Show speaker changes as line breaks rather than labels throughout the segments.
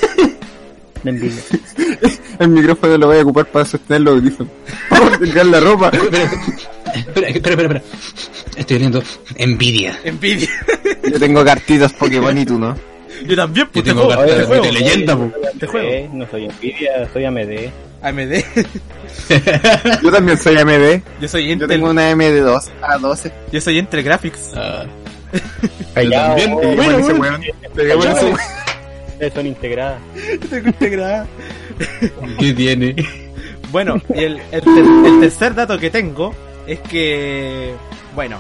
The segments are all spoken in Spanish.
El micrófono lo voy a ocupar para sostenerlo los audífonos. Para colgar la ropa.
Espera, espera, espera. espera. Estoy teniendo envidia.
Envidia.
Yo tengo cartitas Pokémon y tú no.
Yo también,
Yo
pues, te
tengo
juego.
cartas
te
de
juego.
leyenda, po.
Te juego.
Eh, No soy Nvidia, soy AMD.
AMD.
Yo también soy AMD.
Yo soy
Yo
Intel.
tengo una MD2 A12.
Yo soy Intel Graphics.
Ah,
Callao,
También.
oh,
Te digo
bueno,
ese
bueno.
weón. Te digo ese weón.
Ustedes son integradas.
Tengo integrada.
¿Qué tiene?
Bueno, y el, el ter- el tercer dato que tengo es que, bueno,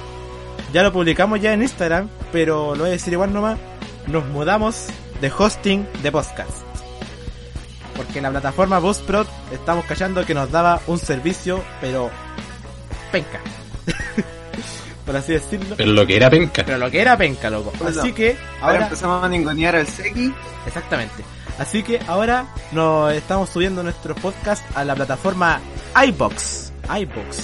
ya lo publicamos ya en Instagram, pero lo voy a decir igual nomás, nos mudamos de hosting de podcast. Porque en la plataforma Buzzsprout estamos callando que nos daba un servicio, pero penca. Por así decirlo.
Pero lo que era penca.
Pero lo que era penca, loco. Así que
Ahora
ahora
empezamos a ningunear al Seki.
Exactamente. Así que ahora nos estamos subiendo nuestro podcast a la plataforma iBox. iBox.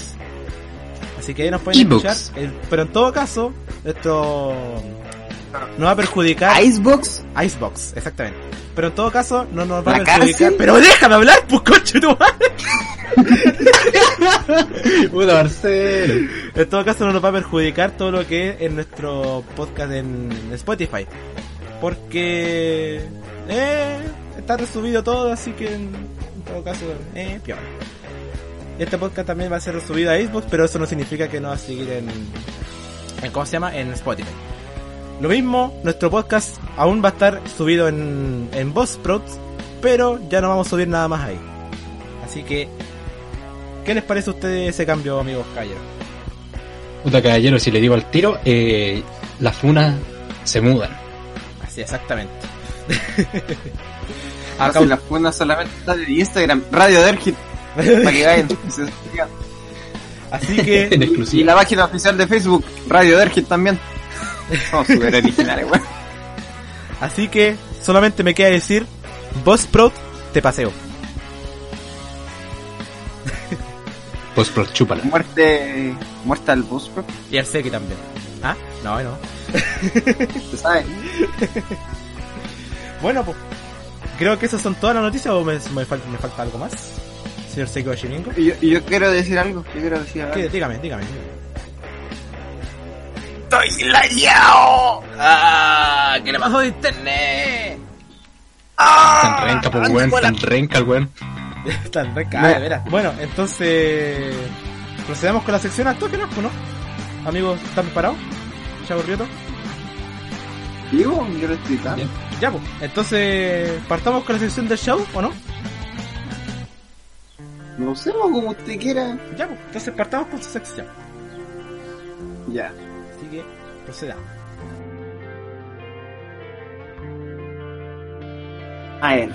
Así que ahí nos pueden
iVoox.
escuchar. El- pero en todo caso, esto nos va a perjudicar
Icebox.
Icebox, exactamente. Pero en todo caso, no nos va a
¿La
perjudicar.
cárcel?
Pero déjame hablar, pues coche tu madre.
Puta, Marcelo.
En todo caso, no nos va a perjudicar todo lo que es en nuestro podcast en Spotify. Porque. Eh, está resubido todo, así que en en todo caso, eh, peor. Este podcast también va a ser resubido a Xbox, pero eso no significa que no va a seguir en. en ¿Cómo se llama? En Spotify. Lo mismo, nuestro podcast aún va a estar subido en, en Buzzsprout, pero ya no vamos a subir nada más ahí. Así que, ¿qué les parece a ustedes ese cambio, amigos Cayer?
Puta caballero, si le digo al tiro, eh, las funas se mudan.
Así, exactamente.
Acá
Acá-
las funas solamente está de Instagram. Radio Dergit. Para que vayan. Se suscriban.
Así
En
que,
Y
exclusiva.
la página oficial de Facebook. Radio Dergit también. Somos super originales, weón.
así que solamente me queda decir, Boss Pro, te paseo.
Post Pues pro, chúpala.
Muerte. Muerte al bus, bro.
Y al Seki también. Ah, no, no.
¿Te sabes?
Bueno, pues, creo que esas son todas las noticias o me, me fal- me falta algo más. Señor Seki Bashimingo.
Y yo, y yo quiero decir algo. Yo quiero decir algo.
¿Qué? Dígame, dígame. dígame.
¡Estoy ladeado! ¡Ah! ¿Qué le pasó a internet? ¡Ah!
Tan renca, pues, weón. Tan renca el weón.
Tan reca, de veras. Ah, Bueno, entonces, procedamos con la sección actógena, pues, ¿no? Amigos, ¿están preparados? Chavo Rioto.
¿Vivo? Yo lo estoy tan-
Bien.
Ya, pues, entonces, ¿partamos con la sección del show o no?
No sé, o como usted quiera.
Ya, pues, entonces partamos con su sección.
Ya.
Así que procedamos.
A él.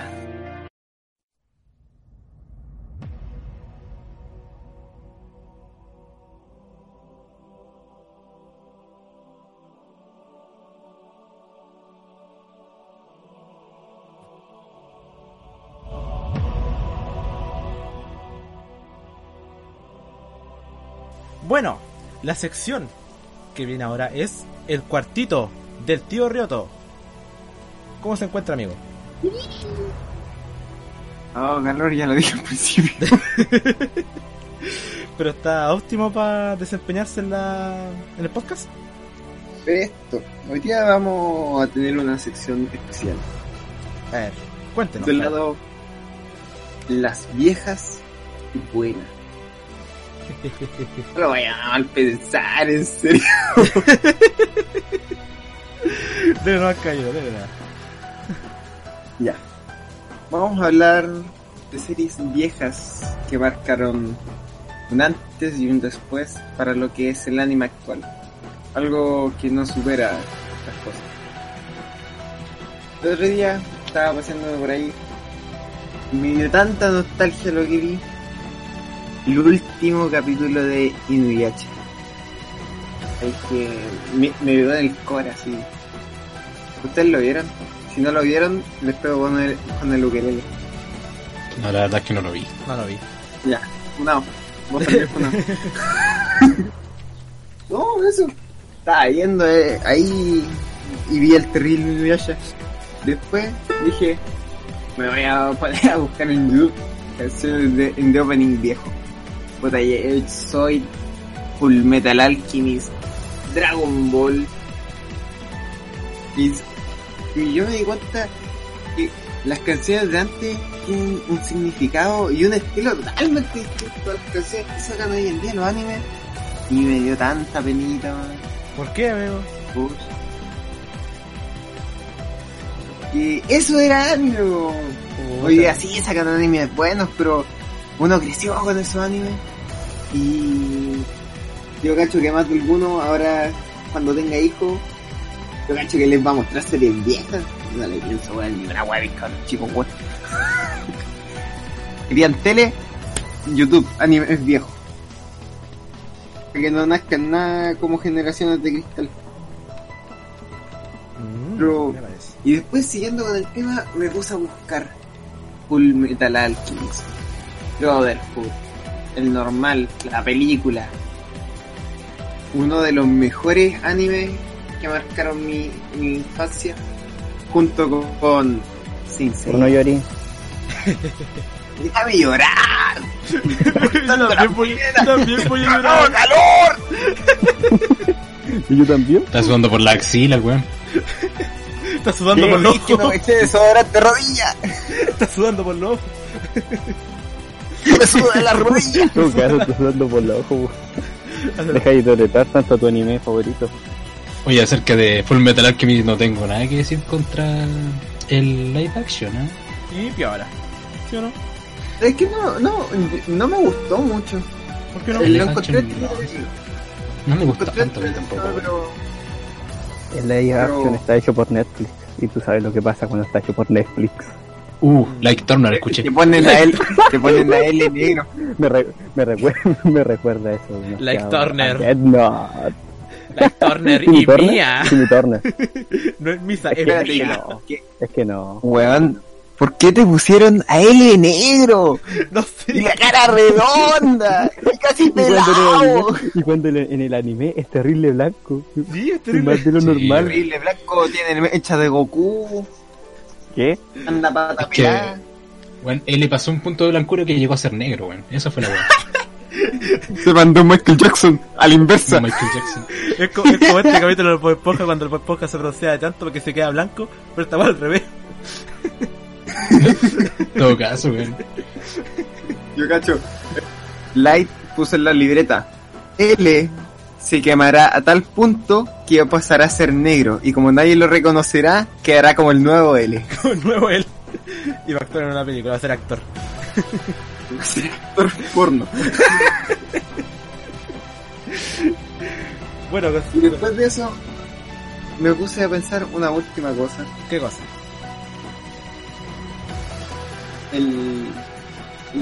Bueno, la sección que viene ahora es el cuartito del tío Rioto. ¿Cómo se encuentra, amigo?
Oh, calor, ya lo dije al principio.
¿Pero está óptimo para desempeñarse en, la... en el podcast?
Esto. Hoy día vamos a tener una sección especial.
A ver, cuéntenos.
Del lado. Las viejas buenas. No lo voy a mal pensar, en serio.
De no ha caído, de verdad.
Ya. Vamos a hablar de series viejas que marcaron un antes y un después para lo que es el anime actual. Algo que no supera las cosas. El otro día estaba paseando por ahí. y Me dio tanta nostalgia lo que vi. El último capítulo de Inuyasha. Es que me, me dio en el core así. ¿Ustedes lo vieron? Si no lo vieron, les puedo poner con el ukelele.
No, la verdad es que no lo vi.
No lo vi.
Ya, funado. Vos también funado. no, eso. Estaba viendo eh, ahí y vi el terrible Inuyasha. Después dije, Me voy a poner a buscar en YouTube canciones de, en de opening viejo. Puta, y el Soy, Full Metal Alchemist, Dragon Ball. Y, y yo me di cuenta que las canciones de antes tienen un significado y un estilo totalmente distinto a las canciones que sacan hoy en día los animes. Y me dio tanta penita, man.
¿Por qué, amigo?
Bush. Y eso era anime. bo. Hoy día sí sacan animes buenos, pero uno creció con esos animes. Y yo cacho que más de alguno ahora, cuando tenga hijos, yo cacho que les va a mostrar series viejas. No le pienso, weón, ni una weá con los chicos, weón. Querían tele, YouTube, anime es viejo. Para que no nazcan nada como generaciones de cristal.
Mm,
Pero-
me parece.
Y después siguiendo con el tema me puse a buscar Full Metal Alchemist, Brotherhood, el normal, la película. Uno de los mejores animes que marcaron mi, mi infancia junto con, con Sin Seiya.
No llorí.
Déjame llorar.
También voy, también voy a
¡Oh,
llorar.
calor!
¿Y yo también?
Está sudando por la axila, weón.
Está sudando por los
Es que no
ojos.
me eché desodorante rodilla.
Está sudando por los ojos.
Me suda la rodilla.
No, claro, estás dando por la ojo, weón. Deja de toletar tanto a tu anime favorito.
Oye, acerca de Full Metal Alchemist no tengo nada que decir contra el live action, ¿eh?
Y piola. ¿Sí o no?
Es que no, no, no me gustó mucho.
¿Por qué no?
El
Lo
live
encontré
action, No me gusta tanto a mí tampoco.
No, pero
El live
Pero-
action está hecho por Netflix. Y tú sabes lo que pasa cuando está hecho por Netflix.
Uh, Like Turner, escuché.
te ponen la L, te ponen la L negro.
Me, re- me, recuerda, me recuerda eso. demasiado
Like
a
Turner.
Death Note.
Like Turner
Timmy
y
Turner.
mía.
Timmy Turner.
No es misa, es
Espérate,
mía.
no. ¿Qué?
Es que no.
Weón, ¿por qué te pusieron a L negro?
No
Y
sé.
la cara redonda, y casi
Y cuando, en el
pelado.
anime, y cuando en el- en el anime es terrible blanco.
Sí, es
Y
terrible.
Más de lo
Sí,
normal.
Horrible, blanco, tiene hecha de Goku,
¿Qué?
anda pata
Es que-
pelada.
Weón, él le pasó un punto de blancura que llegó a ser negro, weón. Esa fue la weón.
Se mandó Michael Jackson a la inversa.
Michael Jackson.
Es, co- es como este capítulo del Bob Esponja cuando el Bob Esponja se broncea de tanto porque se queda blanco, pero está mal al revés.
En todo caso, weón.
Yo cacho. Light puso en la libreta. L se quemará a tal punto que pasará a ser negro. Y como nadie lo reconocerá, quedará como el nuevo L.
Un nuevo él. Y va a actuar en una película, va a ser actor.
Será actor porno.
Bueno, pues,
Y después de eso, me puse a pensar una última cosa.
¿qué cosa?
El,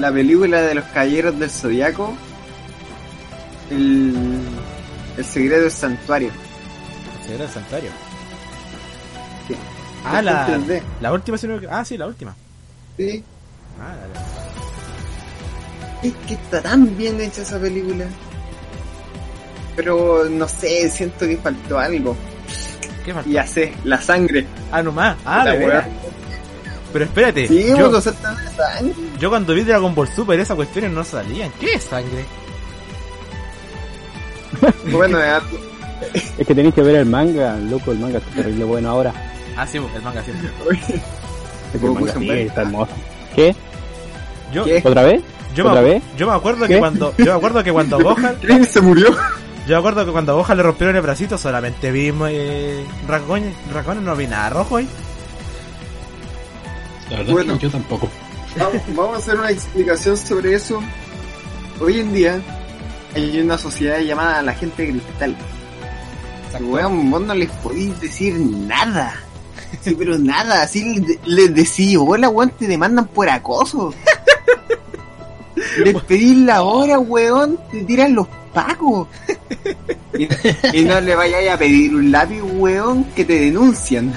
la película de los caballeros del zodiaco. El, el secreto del santuario.
Era el santuario.
Sí.
Ah,
Está
la,
en 3D.
la última. sino que- Ah, sí, la última.
Sí.
Ah, la- la-
Es que está tan bien hecha esa película. Pero no sé, siento que faltó algo.
¿Qué faltó?
Ya sé, la sangre.
Ah, nomás. Ah,
La
de
weá.
veras. Pero espérate.
Sí,
yo,
vamos a hacer también sangre.
yo cuando vi Dragon Ball Super, esas cuestiones no salían. ¿Qué es sangre?
Bueno, es algo.
Es que tenéis que ver el manga, loco. El manga está terrible bueno ahora.
Ah, sí, el manga siempre.
Es que el
Goku
manga
se
sí,
muere.
está hermoso. ¿Qué?
Yo,
¿Qué?
¿Otra vez?
yo, me,
¿Otra
acu-
vez?
yo me acuerdo que
¿Qué?
cuando. Yo me acuerdo que cuando Gohan.
Krillin se murió.
Yo me acuerdo que cuando a Boja le rompieron el bracito solamente vimos eh, rasgoñes, rasgones, no vi nada rojo ahí.
La verdad
Bueno.
es que yo tampoco.
Vamos, vamos a hacer una explicación sobre eso. Hoy en día hay una sociedad llamada la gente de cristal. Weón, vos no les podéis decir nada. Sí, pero nada, así les, les decís, hola weón, te demandan por acoso. Les pedís la hora, weón, te tiran los pacos. Y, y no le vayáis a pedir un lápiz, weón, que te denuncian.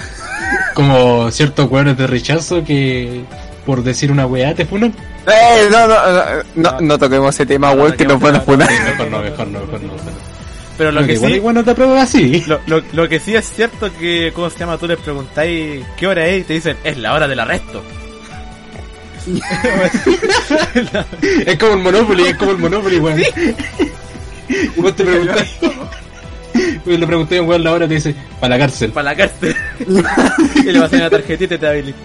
Como ciertos weones de rechazo que por decir una weá te funan.
Eh, no, no, no, no, toquemos ese tema,
Ah, weón, que nos van a funar.
Mejor no, mejor no, mejor no.
Pero lo
Porque
que
igual,
sí,
igual no te apruebas así.
lo, lo- lo que sí es cierto que, ¿cómo se llama? Tú les preguntáis qué hora es y te dicen, es la hora del arresto.
Es como el Monopoly, es como el Monopoly, weón. Vos te preguntás. Pues le pregunté a un weón la hora y te dice, para la cárcel,
Para la cárcel. y le pasan una tarjetita y te habilita.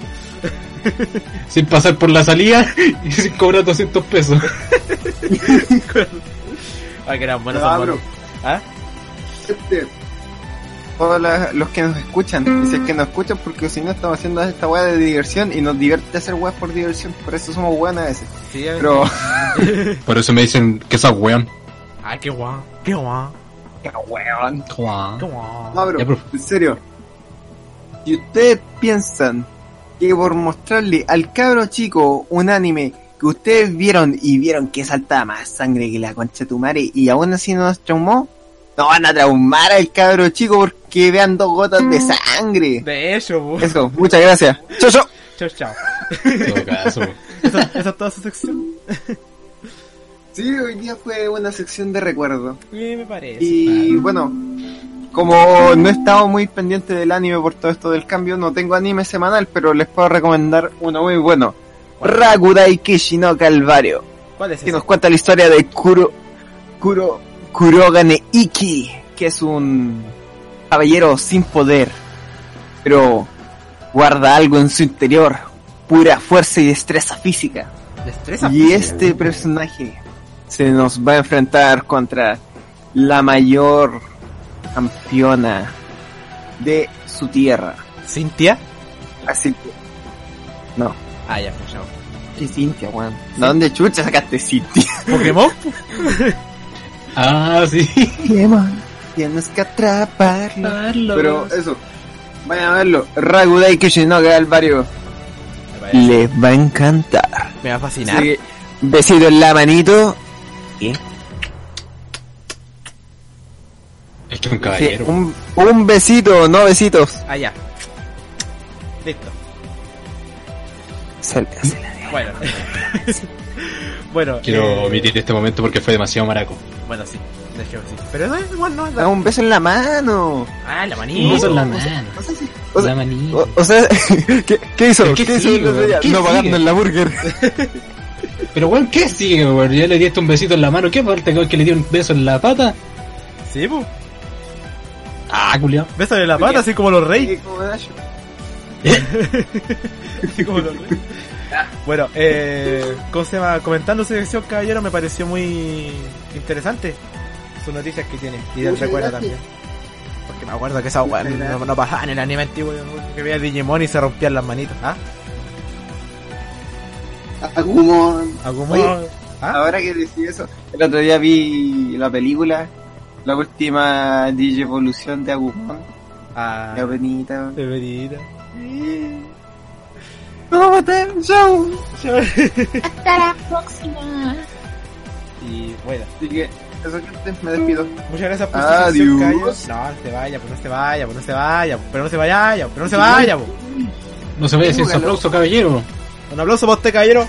sin pasar por la salida y sin cobrar 200 pesos.
Ah, que eran buenos
Lo
esos
abro.
monos. ¿Ah?
Gente, Todos la- los que nos escuchan, y si es que nos escuchan, porque si no estamos haciendo esta weá de diversión y nos divierte hacer weas por diversión, por eso somos weones a veces.
Sí, eh. a mí-
Pero,
Por eso me dicen que esa weón.
Ah, qué guau. Qué guau.
weón,
Qué guau.
Ah,
no, bro,
Ya, bro.
en serio. Y ustedes piensan que por mostrarle al cabro chico un anime que ustedes vieron y vieron que saltaba más sangre que la concha de tu madre y aún así no nos traumó, no van a traumar al cabro chico porque vean dos gotas de sangre.
De eso, bu.
eh.
Eso, muchas gracias. Chau, chau.
Chao, chao.
En todo caso.
esa, esa es toda su sección.
Sí, hoy día fue una sección de recuerdo.
Eh, me parece.
Y bueno, como no he estado muy pendiente del anime por todo esto del cambio, no tengo anime semanal, pero les puedo recomendar uno muy bueno. Rakudai Kishino Calvario,
¿Cuál es
que
ese?
nos cuenta la historia de Kuro, Kuro, Kurogane Iki, que es un caballero sin poder, pero guarda algo en su interior, pura fuerza y destreza física.
Destreza.
Y este personaje se nos va a enfrentar contra la mayor campeona de su tierra.
¿Cintia?
Así que. No.
Ah, ya, pues, chao.
¿Qué Cintia, weón? ¿De dónde chucha sacaste Cintia?
¿Pokémon?
Ah, sí.
Tienes que atraparlo. Pero eso. Vayan a verlo. Ragudai Kishinoga Calvario. Les va a encantar.
Me va a fascinar.
Así que, besito en la manito.
Es que un
Sí,
caballero.
un, un besito, no besitos.
Ah, ya. Listo.
Se- se-
Bueno. bueno.
Quiero
eh,
omitir este momento porque fue demasiado maraco.
Bueno, sí. Dejemos así. Pero no es igual, no es
Da un beso en la mano.
Ah, la manita.
No son la mano.
O sea,
La manita.
O, o sea, ¿qué, qué hizo?
¿Pero qué
¿Qué, hizo
sigue,
el otro día?
weón? ¿Qué
No
sigue?
pagando en la burger.
Pero weón, ¿qué sigue, weón? Ya le diste un besito en la mano, ¿qué falta weón, que le dio un beso en la pata?
Sí, pues.
Ah, culiao.
Bésale la pata, así como los reyes.
Yo
Así como los reyes.
Ah.
Bueno, eh, ¿cómo se llama? Comentando selección caballero me pareció muy interesante sus noticias que tiene y del
Muchas
recuerdo
gracias.
también. Porque me acuerdo que esa weá no, no pasaba en el anime antiguo que veía Digimon y se rompían las manitas. ¿Ah? ¿Agumon?
Oye,
¿Ah?
Ahora que decís eso, el otro día vi la película, la última Digievolución de Agumon.
Ah,
La bonita.
de verita.
¡No, maté! ¡Chao!
Hasta la próxima.
Y bueno,
Así que, eso gente, me despido.
muchas gracias por su sección,
Adiós.
caballero. No, no se vaya, pues no se vaya, pues no se vaya, pues, pero no se vaya, pero no se vaya. Pues.
No se vaya sin su aplauso, caballero.
Un aplauso para usted, caballero.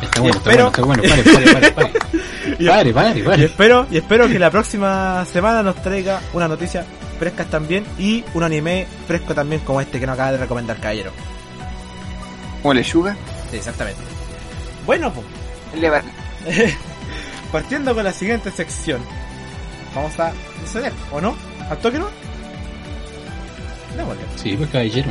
Está bueno, está
espero-
bueno, está bueno. Pare, pare, pare, pare. Pare, pare,
Y
pare.
espero, y espero que la próxima semana nos traiga una noticia fresca también y un anime fresco también como este que nos acaba de recomendar Caballero.
¿Cómo le yuga?
Sí, exactamente. Bueno, pues,
Le va.
partiendo con la siguiente sección, vamos a proceder, ¿o no? ¿Al toque no? Démosle.
Sí, pues caballero.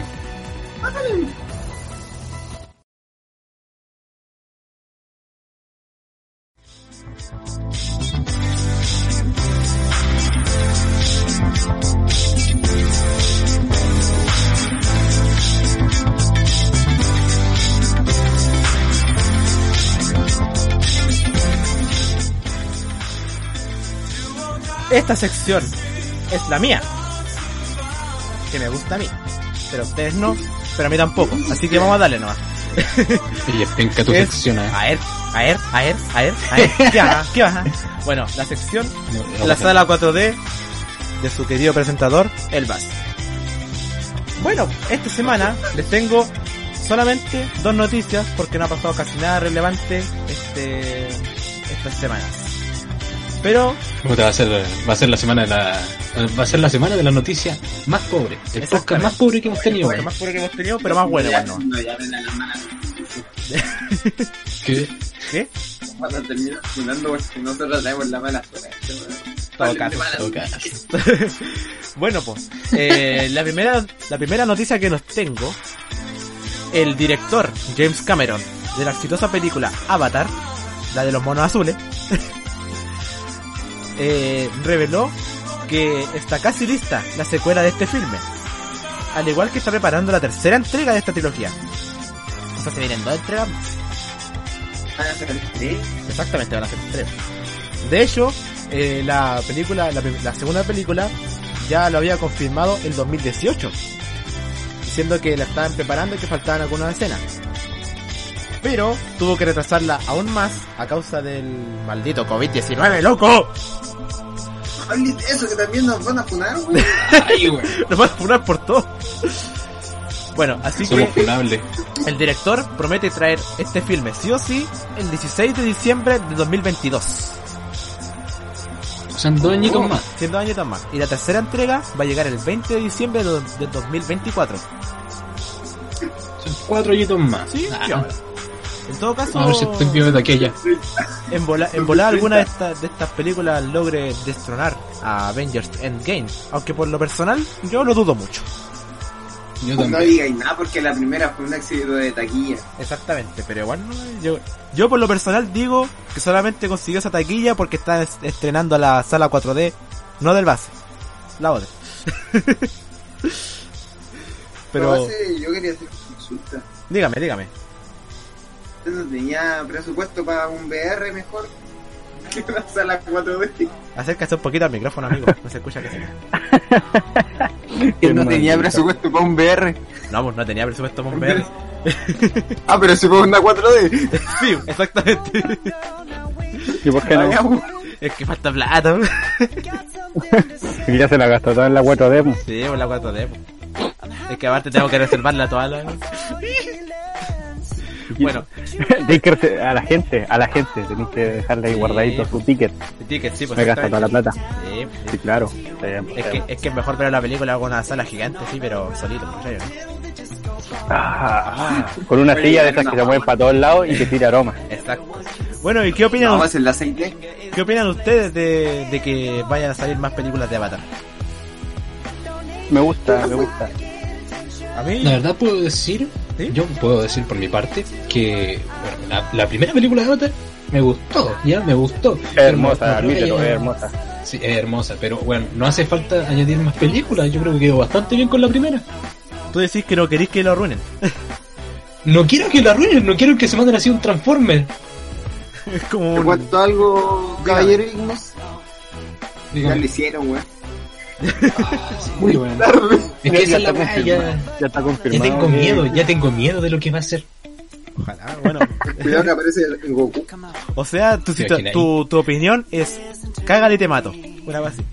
Esta sección es la mía. Que me gusta a mí. Pero a ustedes no, pero a mí tampoco. Así que vamos a darle nomás.
Y es penca tu
Es-
sección, ah.
A ver, a ver, a ver, a ver, a ver. ¿Qué baja? ¿Qué baja? Bueno, la sección
No, no,
de la
no.
sala 4D de su querido presentador, El Bass. Bueno, esta semana les tengo solamente dos noticias porque no ha pasado casi nada relevante este estas semanas. Pero
Puta, va, a ser, va a ser la semana de la va a ser la semana de la noticia más pobre, el podcast más pobre que hemos tenido.
El más pobre que hemos tenido, pero más bueno,
Ya,
bueno.
no, ya ven a la mala.
¿Qué?
¿Qué?
Cuando terminas funando porque nosotros traemos la mala suerte, weón. Vale,
caso,
mala
todo
suerte.
Bueno, pues, eh, la, primera, la primera noticia que nos tengo, el director James Cameron de la exitosa película Avatar, la de los monos azules, eh, reveló que está casi lista la secuela de este filme, al igual que está preparando la tercera entrega de esta trilogía. O sea, se vienen dos entregas más.
Van a sacar tres.
Exactamente, van a ser tres. De hecho, eh, la película, la, prim- la segunda película, ya lo había confirmado en 2018, diciendo que la estaban preparando y que faltaban algunas escenas. Pero tuvo que retrasarla aún más a causa del maldito COVID-19, loco.
Hable de eso que también nos van a funar, weón.
Ay, güey.
Nos van a funar por todo. Bueno, así que
Somos funables.
el director promete traer este filme sí o sí el 16 de diciembre de 2022.
Son dos añitos más.
Siendo años tan más. Y la tercera entrega va a llegar el 20 de diciembre de de 2024.
Son cuatro añitos más.
Sí,
Ah,
¿qué onda? En todo caso,
a ver si estoy viendo de aquella.
en volar, en volar alguna de, estas de estas películas logre destronar a Avengers Endgame. Aunque por lo personal, yo lo dudo mucho.
Yo
No
también.
digáis nada porque la primera fue un éxito de taquilla.
Exactamente, pero igual no, yo, yo por lo personal digo que solamente consiguió esa taquilla porque está es- estrenando la sala 4D, no del base, la otra. pero,
Entonces, yo quería hacer una consulta.
dígame, dígame.
Usted no tenía presupuesto para un VR mejor que una sala 4D.
Acércate un poquito al micrófono, amigo. No se escucha que sea.
Que no tenía presupuesto para un VR.
No, pues no tenía presupuesto para un VR.
Ah, pero si fue una 4D.
Sí, exactamente.
¿Y por qué no?
Es que falta plata.
Si ya se la gastó toda en la 4D. pues.
Sí, por la 4D. Es que aparte tengo que reservarla toda la... Bueno,
Tenéis que rece- a la gente, a la gente, tenéis que dejarle ahí
Sí.
guardadito su ticket.
el ticket, sí, pues.
Me gasta toda la plata.
Sí,
Sí, claro. Está bien,
es
está
que,
bien.
es que es mejor ver la película con una sala gigante, sí, pero solito, por serio, ¿no?
Ah, con una silla de esas que se mueven para todos lados y que tira aroma.
Exacto. Bueno, ¿y qué opinan,
Vamos a hacer pues la 6D.
qué opinan ustedes de, de que vayan a salir más películas de Avatar?
Me gusta, me gusta.
A mí,
La verdad puedo decir,
¿Sí?
yo puedo decir por mi parte, que bueno, la, la primera película de Avatar me gustó, ya me gustó.
Hermosa,
Pero no- no creo que
admítelo,
haya-
es hermosa.
Sí, es hermosa, pero bueno, no hace falta añadir más películas, yo creo que quedó bastante bien con la primera.
tú decís que no queréis que lo arruinen.
No quiero que la arruinen, no quiero que se manden así un Transformer.
Es como
¿Te
un...
cuento algo, caballero Ignos? Ya lo
Dígame,
hicieron, weón.
muy bueno. Es que esa es la weá, ya,
Ya está
ya
confirmado.
tengo
que-
miedo, ya tengo miedo de lo que va a ser.
Ojalá, bueno.
Cuidado que aparece el, el Goku.
O sea, tu,
Sí,
situa-
aquí nadie.
tu, tu opinión es cágale y te mato. Una cosa así.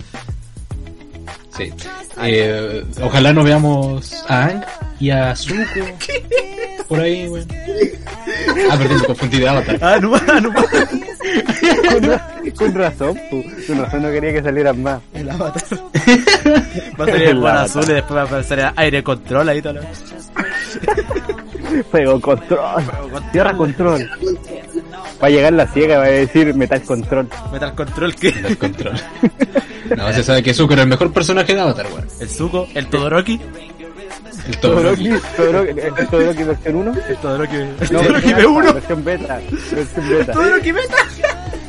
Sí. Eh, ojalá no veamos a Ang y a Zuko por ahí, weón. Ah, perdón, me confundí de Avatar.
Ah, no, ah, no.
Con, con razón, pu. con razón no quería que salieran más.
El avatar. Va a salir el
El
mono
avatar.
azul y después va a aparecer el aire control ahí todo. lo-
Fuego control, tierra control. Va a llegar la ciega y va a decir metal control.
Metal control que
Del control. No, se sabe que Zuko era el mejor personaje de Avatar, weón.
el Zuko, el Todoroki,
El todo.
Todoroki, Todoroki, eh, Todoroki versión 1.
el Todoroki, el
No,
Todoroki
versión alfa,
B1,
Versión beta, versión beta.
Todoroki Beta.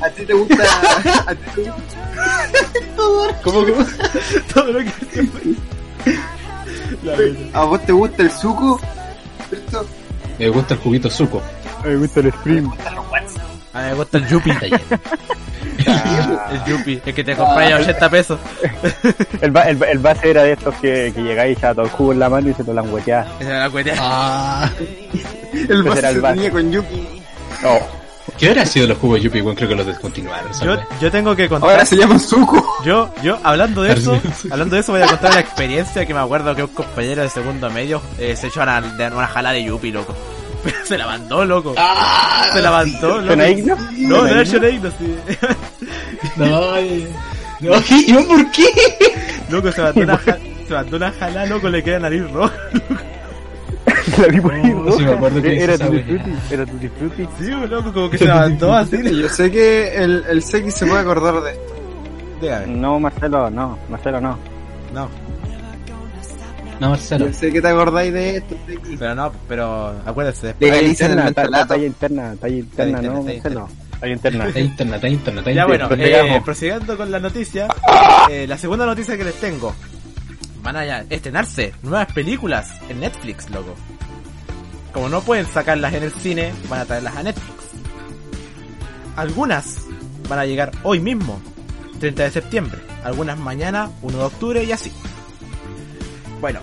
¿A ti te gusta? ¿A ti te gusta?
¿Cómo, cómo?
Todoroki. La verdad.
¿A vos te gusta el suco? ¿Cierto?
Me gusta el juguito Zuko.
Me gusta el stream.
A mí me gusta el Yuppie,
Está lleno. Ah.
el Yuppie, el que te acompaña a 80 pesos.
El, ba- el, ba- el base era de estos que, que llegáis ya todo el jugo en la mano y se lo han hueteado.
Esa era la cuetea.
Ah,
Pues El
Ese era
vaso
el
se
vaso.
tenía con Yuki.
Oh,
¿Qué habrá sido los jugos de Yuppie, weón? Creo que los descontinuaron. esa
Yo,
weá.
yo tengo que contar.
Ahora se llama suco.
Yo, yo, hablando de eso,
Ardiente.
hablando de eso voy a contar una experiencia que me acuerdo que un compañero de segundo medio eh, se echó a la- de una jala de Yupi, loco. Pero se la mandó, loco. se la mandó, loco.
¿Suena digno?
No, no
¿Suena
era
digno?
Shoneigno, sí.
No, no, ¿yo por qué?
Loco, se mandó una, ja- se mandó una jala, loco, le queda nariz roja.
La vi por ahí,
No, sí me acuerdo que hice
Era
esa
Tutti
wea.
Frutti, era Tutti Frutti.
Sí, loco, como que se levantó así.
Yo sé que el, el Seki se puede acordar de esto.
Dígame.
No, Marcelo, no, Marcelo, no.
No,
No, Marcelo.
Yo sé que te acordáis de esto, Seki.
pero no, pero acuérdese. después.
Talla
Legalicen el
interna, ta-
mentolato.
talla interna, talla interna,
interna, talla
no, Marcelo.
Hay interna.
Está interna, está interna, está
Ya
interna.
bueno,
Nos
eh,
pegamos.
prosiguiendo con la noticia, eh, la segunda noticia que les tengo. Van a ya estrenarse nuevas películas en Netflix, loco. Como no pueden sacarlas en el cine, van a traerlas a Netflix. Algunas van a llegar hoy mismo, 30 de septiembre. Algunas mañana, 1 de octubre y así. Bueno,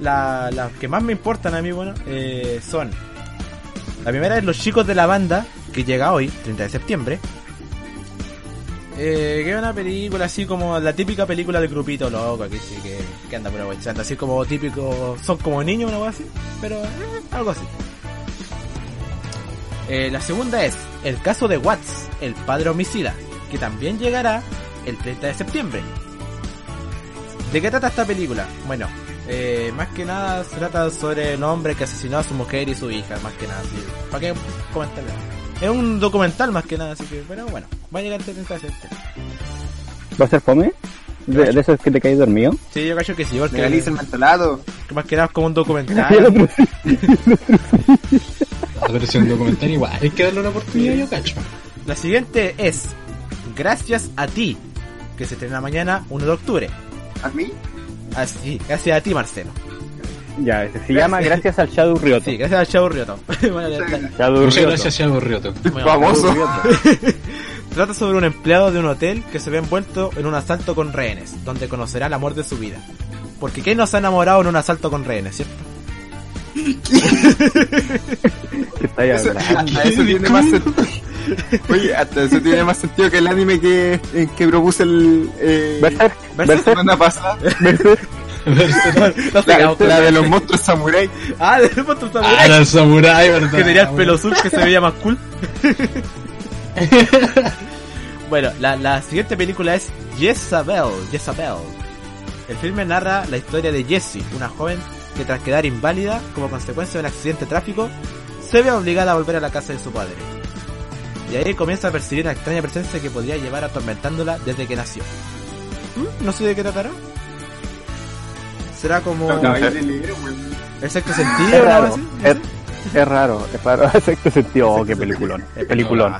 la- las que más me importan a mí, bueno, eh, son... La primera es Los Chicos de la Banda, que llega hoy, 30 de septiembre. Eh, que es una película así como la típica película del grupito loco que, sí, que, que anda por aprovechando, así como típico, son como niños una cosa así, pero eh, algo así. Eh, la segunda es El caso de Watts, el padre homicida, que también llegará el 30 de septiembre. ¿De qué trata esta película? Bueno, eh, más que nada se trata sobre el hombre que asesinó a su mujer y su hija, más que nada. así. ¿Para qué comentarle? Es un documental más que nada, así que, pero bueno, va a llegar el 30 de septiembre.
¿Va a ser fome? ¿De, de esos que te caes dormido?
Sí, yo cacho que sí, porque
Legaliza el mentolato.
que más que nada es como un
Y el
documental.
otro,
Pero si es un documental igual, hay que darle una oportunidad, yo cacho.
La siguiente es Gracias a ti, que se estrena mañana 1 de octubre.
¿A mí?
Así, gracias a ti, Marcelo.
ya, ese se llama Gracias al Shadow Rioto.
Sí, gracias al Chavo Rioto. Bueno, ya está.
Shadow
Muchas
Rioto.
gracias, Thiago Rioto.
Bueno,
Famoso.
Trata sobre un empleado de un hotel que se ve envuelto en un asalto con rehenes, donde conocerá el amor de su vida. Porque ¿quién no se ha enamorado en un asalto con rehenes, cierto?
Que está ahí
Eso-
hablando.
hasta eso tiene más sentido. Oye, hasta eso tiene más sentido que el anime que, en que propuse el. Eh,
Berserk,
la
Berserk,
semana pasada.
Berserk.
Nos
La,
pegamos con-
la de los monstruos samurai.
Ah, de Monstruo Samurai,
Ah, era el samurái, ¿verdad? Ah,
Que tenía el pelo azul que se veía más cool. bueno, la, la siguiente película es Jezabel, Jezabel. El filme narra la historia de Jessie, una joven que tras quedar inválida como consecuencia de un accidente de tráfico, se ve obligada a volver a la casa de su padre. Y ahí comienza a percibir una extraña presencia que podría llevar atormentándola desde que nació. ¿Mm? No sé de qué tratará. Será como
Los
el
caballos de negro, weón.
sexto sentido
Es
o algo
raro,
así. No
es,
sé.
es raro, es raro. Exacto sentido, oh, qué peliculón.
Es
Peliculón.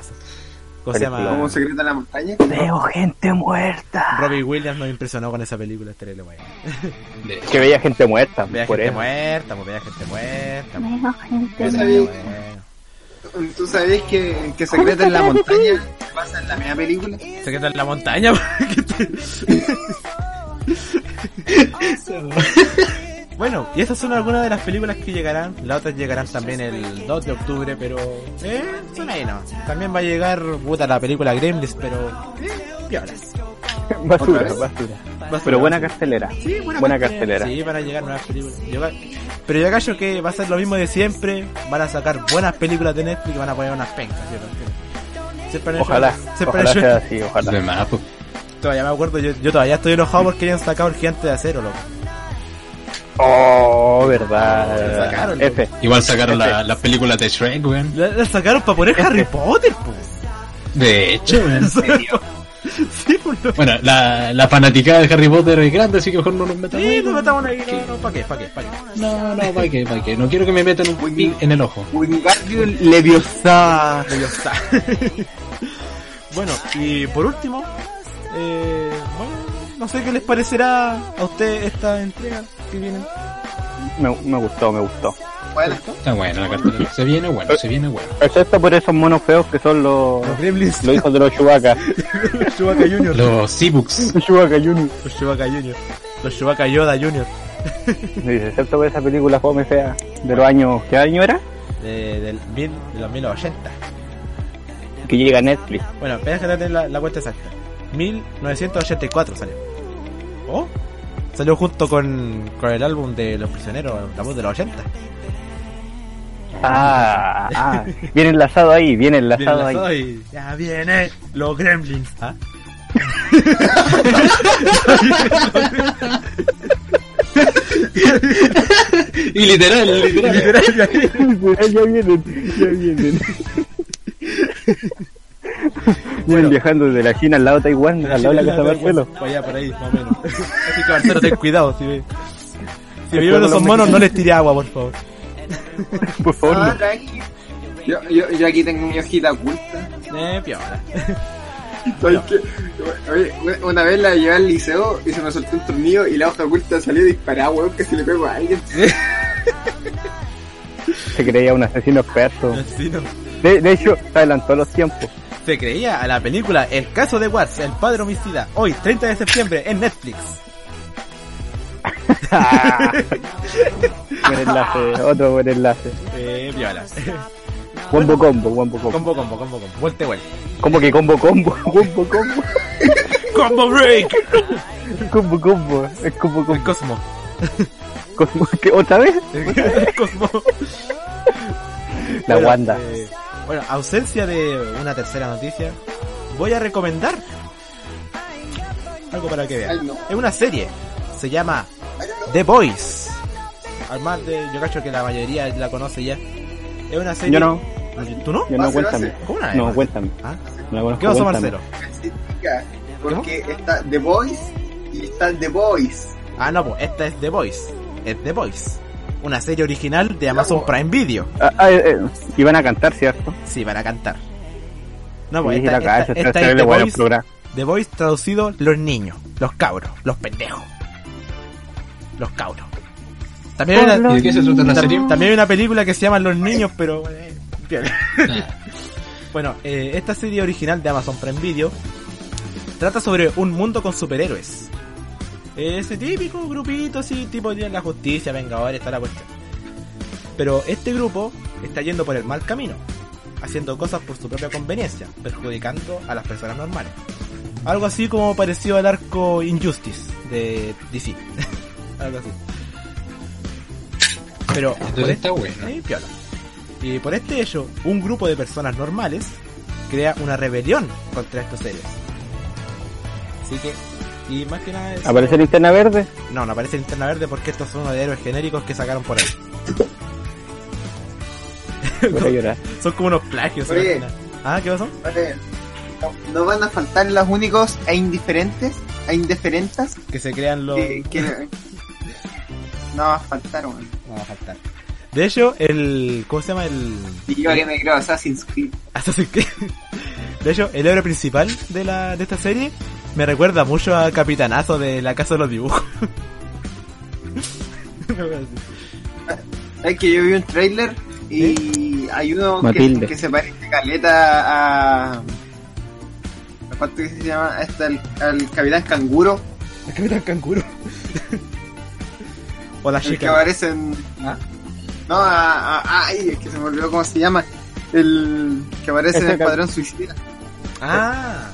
¿Cómo se
Como
llama?
secreto en la montaña.
Veo gente muerta.
Robbie Williams nos impresionó con esa película, este le voy a-
De-
Que veía gente muerta,
Vea
por
gente
eso.
muerta, pues vea gente muerta. pues,
Veo gente.
vea
Yo sabía-
gente muerta.
¿Tú sabés que, que secreto en la montaña pasa en la misma película?
Secreto en la montaña. ¿qué te- bueno, y estas son algunas de las películas que llegarán. Las otras llegarán también el 2 de octubre, pero... Eh, son ahí no. También va a llegar, puta, la película Gremlins, pero... Eh, piolas.
Basura,
vez?
basura. Pero buena cartelera. buena, cartelera.
Sí, van a llegar nuevas películas. Yo ca- pero yo callo que va a ser lo mismo de siempre. Van a sacar buenas películas de Netflix y van a poner unas pencas. ¿sí? Porque Siempre han hecho-
Ojalá,
siempre han
ojalá
hecho-
sea así, ojalá.
De más, pues.
Todavía me acuerdo, yo, yo todavía estoy enojado porque habían sacado el gigante de acero, loco.
Oh, verdad.
Se
verdad.
sacaron, loco.
F.
Igual sacaron la, la película de Shrek, weón.
La, la sacaron para poner Harry Potter, pues.
De hecho, weón.
sí, por lo
Bueno, la, la fanaticada de Harry Potter es grande, así que mejor no nos metamos.
Sí,
no,
nos metamos ahí, no, no, ¿para qué? ¿Para qué? ¿Para qué?
no, no, pa' qué, pa' qué. No quiero que me metan un pin en el ojo.
Wingardium
Ah.
Leviosa.
Leviosa. bueno, y por último, eh, bueno, no sé qué les parecerá a usted esta entrega que viene.
Me, me gustó, me gustó.
Bueno,
Está bueno la cartelera. Se viene bueno, se viene bueno.
Excepto por esos monos feos que son los,
Los Gremlins.
los hijos de los Chewbacca.
Chewbacca Junior.
Los ebooks.
Chewbacca Junior.
Los Chewbacca Junior. Los Chewbacca Yoda Junior.
Dice, Excepto por esa película fome fea de los años... ¿Qué año era?
De, del mil, de los 1980.
Que llega a Netflix.
Bueno, espera que te la, la cuenta exacta. 1984 salió. ¿Oh? Salió junto con, con el álbum de Los Prisioneros, la voz de los 80.
Ah, ah, bien enlazado ahí, bien enlazado,
Bien, la
ahí.
soy. Ya viene los gremlins. ¿Ah?
Y literal, literal.
ya vienen, ya vienen. Vienen viajando desde la China al lado de Taiwán, al lado de la Casa de Marcelo.
Para allá, por ahí, más o menos. Así que Marcelo, ten cuidado. Si, ve- si
Recuerda
vieron esos
los
monos, no
mexicanos.
les tiré agua, por favor.
Por favor,
Ah,
no.
tranqui. Yo, yo, yo aquí tengo mi hojita oculta.
Eh, piola.
Soy que- oye, una vez la llevé al liceo y se me soltó un tornillo y la hoja oculta salió disparada, weón, que se le pegó a alguien.
¿Eh?
pues,
se creía un asesino experto.
Sí, no.
De, de hecho, se adelantó los tiempos.
Se creía a la película El caso de Watts, el padre homicida, hoy 30 de septiembre en Netflix.
Ah. Buen enlace, otro buen enlace.
Eh, piola.
Combo combo, combo combo.
Combo, combo, combo, combo. Vuelta, y vuelta.
Combo que combo combo, combo combo,
Combo break.
combo combo, es combo
El
combo.
Cosmo.
Cosmo- ¿qué? ¿Otra vez?
El Cosmo.
La
Bueno,
Wanda.
eh, bueno, ausencia de una tercera noticia. Voy a recomendar algo para que
Ay,
vean.
no.
Es una serie. Se llama The Boys. Además de, yo cacho que la mayoría la conoce ya. Es una serie.
Yo no,
¿Tú no?
yo no,
Pase,
cuéntame.
pase.
¿Cómo una vez?
No, cuéntame.
Ah,
No la conozco,
¿Qué pasó,
cuéntame.
Marcelo?
Significa, Porque está The Voice y está The Voice.
Ah, no, pues esta es The Voice. Es The Voice. Una serie original de Amazon Prime Video.
Ah, ah, eh, eh, iban a cantar, ¿cierto?
Sí, para cantar. No,
Sí,
pues
la
esta, esta-
cabeza está
esta es
terrible
The
bueno el
Voice,
programa.
The Voice traducido los niños, los cabros, los pendejos. Los cabros. También hay, una,
¿Y de qué se trata la serie?
tam- también hay una película que se llama Los Niños, pero... bueno, eh, piola.
Ah,
bueno, eh, esta serie original de Amazon Prime Video trata sobre un mundo con superhéroes. Ese típico grupito así, tipo de la justicia, vengadores, toda la cuestión. Pero este grupo está yendo por el mal camino, haciendo cosas por su propia conveniencia, perjudicando a las personas normales. Algo así como parecido al arco Injustice de DC. Algo así. Pero por
Entonces
este,
está bueno.
eh, piola. Y por este hecho, un grupo de personas normales crea una rebelión contra estos seres. Así que, y más que nada es-
¿Aparece linterna verde?
no, no aparece linterna verde porque estos son unos héroes genéricos que sacaron por ahí.
Voy a llorar.
Son como unos plagios.
Oye.
imagina. Ah, ¿qué pasó?
Vale. No, no van a faltar los únicos e indiferentes, e indiferentas
Que se crean los...
que, que- no va a faltar, weón.
No va a faltar. De hecho, el... ¿Cómo se llama el...?
Y yo que me creo Assassin's Creed.
Assassin's Creed? De hecho, el héroe principal de, la, de esta serie me recuerda mucho a Capitanazo de la Casa de los Dibujos.
Es que yo vi un trailer y hay uno que,
Matilde.
que se parece caleta a. ¿a ¿Cuánto que se llama? Este, al, al Capitán Canguro.
¿El Capitán Canguro? o la
El que
chica.
aparece en. No, a, a- ay, es que se me olvidó cómo se llama. El que aparece en
Ese
el
ca-
Padrón Suicida.
Ah,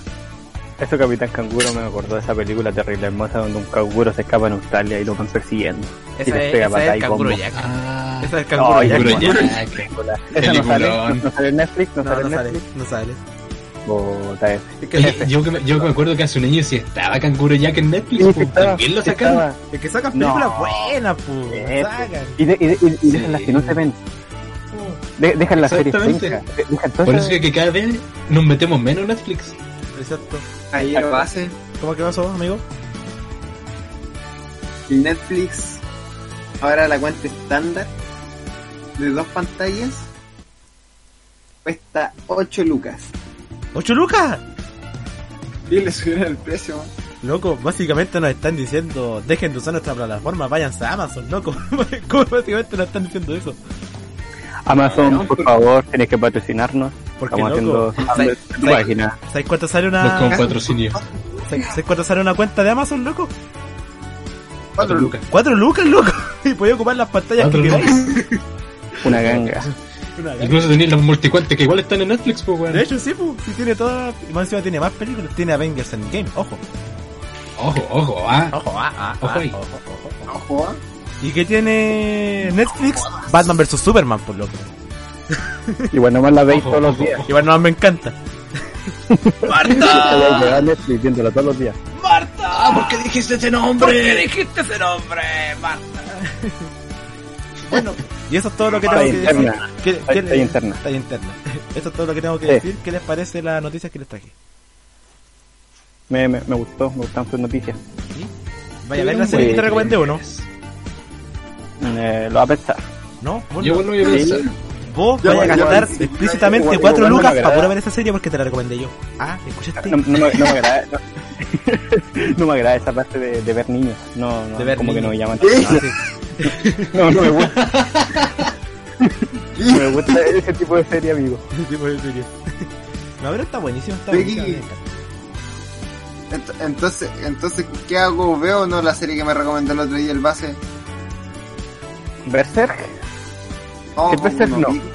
Eso Capitán Canguro me acordó de esa película terrible hermosa donde un canguro se escapa en Australia y lo van persiguiendo. Y
esa
les
es, esa
pega
es
patada
el
y
Canguro
combo.
Jack.
Ah,
Esa es el Canguro
Ay,
Jack.
Canguro
weón.
Jack.
Esa no sale,
Peliculón.
no sale en Netflix, no,
No,
sale
no
en
sale,
Netflix.
no sale.
Puta, es-
Oye, yo, que me- yo que me acuerdo que hace un año sí estaba Canguro Jack en Netflix,
Sí,
pues,
estaba-
también lo sacaron.
estaba-
Es que sacan
No. Eh,
películas buenas, pu.
Ese.
Sacan.
Y, de, y, de- y- y
Sí.
dejan las que no se ven. De- dejan las series
Exactamente.
pencas, de- Dejan todas
Por
esas-
eso es que cada vez nos metemos menos en Netflix.
Exacto.
Ahí lo hacen.
¿Cómo que pasó, amigo?
el Netflix ahora la cuenta estándar de dos pantallas cuesta 8 lucas.
¡Ocho lucas!
Y le subieron el precio. man.
Loco, básicamente nos están diciendo, dejen de usar nuestra plataforma, váyanse a Amazon, loco. ¿Cómo básicamente nos están diciendo eso?
Amazon, por favor, tenés que patrocinarnos.
Porque,
Estamos
loco,
haciendo
¿sabes-
tu
sabes-
página.
¿sabes cuánto sale
Los con
una,
patrocinio.
¿sabes sabes cuánto sale una cuenta de Amazon, loco?
Cuatro
Cuatro
lucas.
¡Cuatro lucas, loco! Y podía ocupar las pantallas
Cuatro
que queráis.
Una ganga.
Una gana.
Incluso tenéis los multicuentes que igual están en Netflix, pues weón.
De hecho, sí, pu. Si tiene todas, y más encima tiene más películas, tiene Avengers Endgame, ojo.
Ojo, ojo, ah.
Ojo, ah, ah,
Ojo
ah,
ahí.
ojo, ojo, ojo.
Ojo, ¿ah?
¿Y qué tiene Netflix? Batman vs Superman, por loco.
Igual nomás la veis todos los días.
Igual nomás me encanta.
¡Marta! Me da Netflix viéndola todos los días.
¡Marta! ¿Por qué dijiste ese nombre? ¿Por qué dijiste ese nombre, Marta? bueno, y eso es todo lo que tengo
Está
que decir.
interna.
¿Qué-
Está-
qué-
está interna.
Está interna. Eso es todo lo que tengo que
Sí.
decir. ¿Qué les parece las noticias que les traje?
Me, me, me gustó, me gustaron sus noticias.
Vaya, a ver la serie
Sí.
que te recomendé o no.
Eh, lo va a pensar.
No, vos
Yo
no.
igual lo voy a pensar.
Vos
Yo
vayas a
igual,
gastar
igual,
explícitamente
igual,
4 cuatro
igual no me
lucas
agrada.
para poder ver esa serie porque te la recomendé yo. Ah, ¿escuchaste?
No, no me, no me agrada, no, no me agrada esa parte de, de ver niños. No, no,
De ver
como que no me
niños.
llaman.
Ah,
No, no me gusta. No me gusta ese tipo de serie, amigo.
Ese tipo de serie. No, pero está buenísimo, está
Sí.
buenísimo.
Ent- Entonces, entonces, ¿qué hago? ¿Veo o no la serie que me recomendó el otro día el base?
Berserk.
No,
El Berserk
Oh, Boku no
no.
Pico.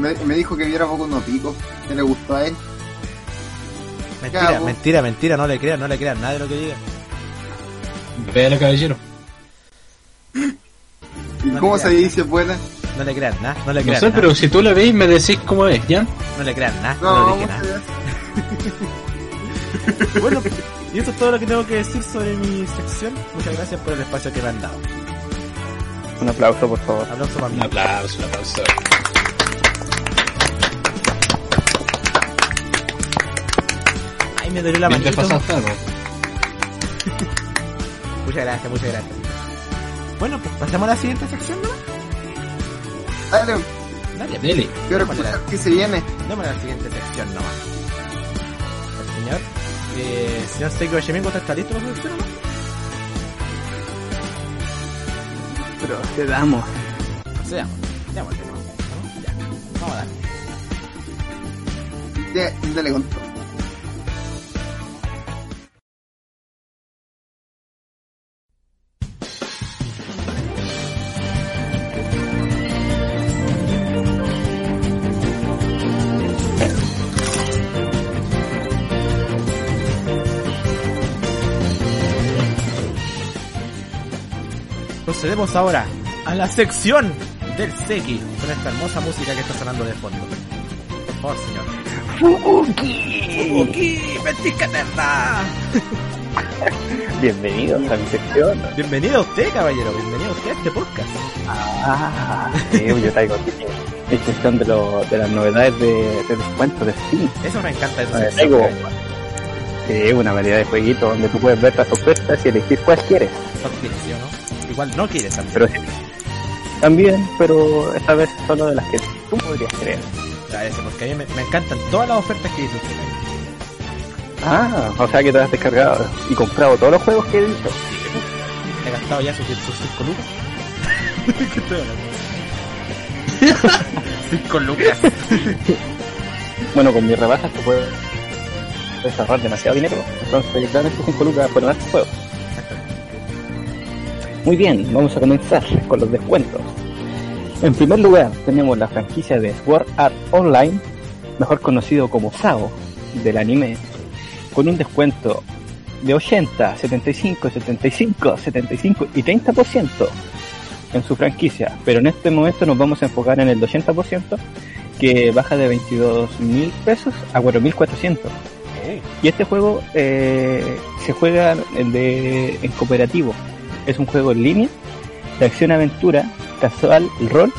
Me, me dijo que viera Boku no Pico. ¿Qué le gustó a él?
Mentira,
hago?
mentira, mentira, no le crean, no le crean nada de lo que diga.
Véale, caballero.
¿Y
No
cómo
le
se
crean.
dice buena?
No le crean nada, no le
No
crean
sé,
nada.
pero si tú la veis, me decís cómo es, ¿ya?
No le crean nada, no,
No,
le dije
vamos
nada.
a ver.
Bueno, y eso es todo lo que tengo que decir sobre mi sección. Muchas gracias por el espacio que me han dado.
Un aplauso, por favor.
Aplauso para mí.
Un aplauso, un aplauso.
Ay, me dolió la
Bien
manito.
repasaste, ¿no?
Muchas gracias, muchas gracias. Bueno, pues pasamos a la siguiente sección, ¿no?
Dale,
Dale,
Dele.
quiero
Vamos a
escuchar qué se viene.
Dame la siguiente sección nomás. El señor. Eh, señor Seiko Yashimienko, ¿está listo para su sección o no?
Procedamos.
Procedamos. Ya, bueno, ¿no? Ya. Vamos a darle.
Ya, dale con todo.
Procedemos ahora a la sección del Seki con esta hermosa música que está sonando de fondo. Por favor, señor. ¡Fubuki! ¡Fubuki! ¡Ventisca eterna!
Bienvenidos a mi sección.
Bienvenido a usted, caballero. Bienvenido a usted a este podcast.
Ah, sí, yo traigo aquí mi sección de, lo- de las novedades de, de descuentos de Steam.
Eso me encanta. de tu
A ver,
sección,
traigo
caballero.
sí, una variedad de jueguitos donde tú puedes ver las ofertas y elegir cuál quieres.
No quieres, ¿sí o no? Igual no quieres también.
Pero sí, también, pero esta vez solo de las que tú podrías creer.
Agradece, porque a mí me, me encantan todas las ofertas que dice usted. caballero.
Ah, o sea que te has descargado y comprado todos los juegos que he dicho.
He gastado ya sus 5 lucas. ¿Qué estoy hablando? 5 lucas.
Bueno, con mis rebajas te puedes puedes ahorrar demasiado dinero. Entonces, dame tus 5 lucas por este juego. Muy bien, vamos a comenzar con los descuentos. En primer lugar, tenemos la franquicia de Sword Art Online, mejor conocido como SAO, del anime, con un descuento de 80, 75, 75, 75 y 30% en su franquicia. Pero en este momento nos vamos a enfocar en el 80%, que baja de 22 mil pesos a 4.400. Y este juego eh, se juega en de- en cooperativo. Es un juego en línea de acción-aventura, casual, rol,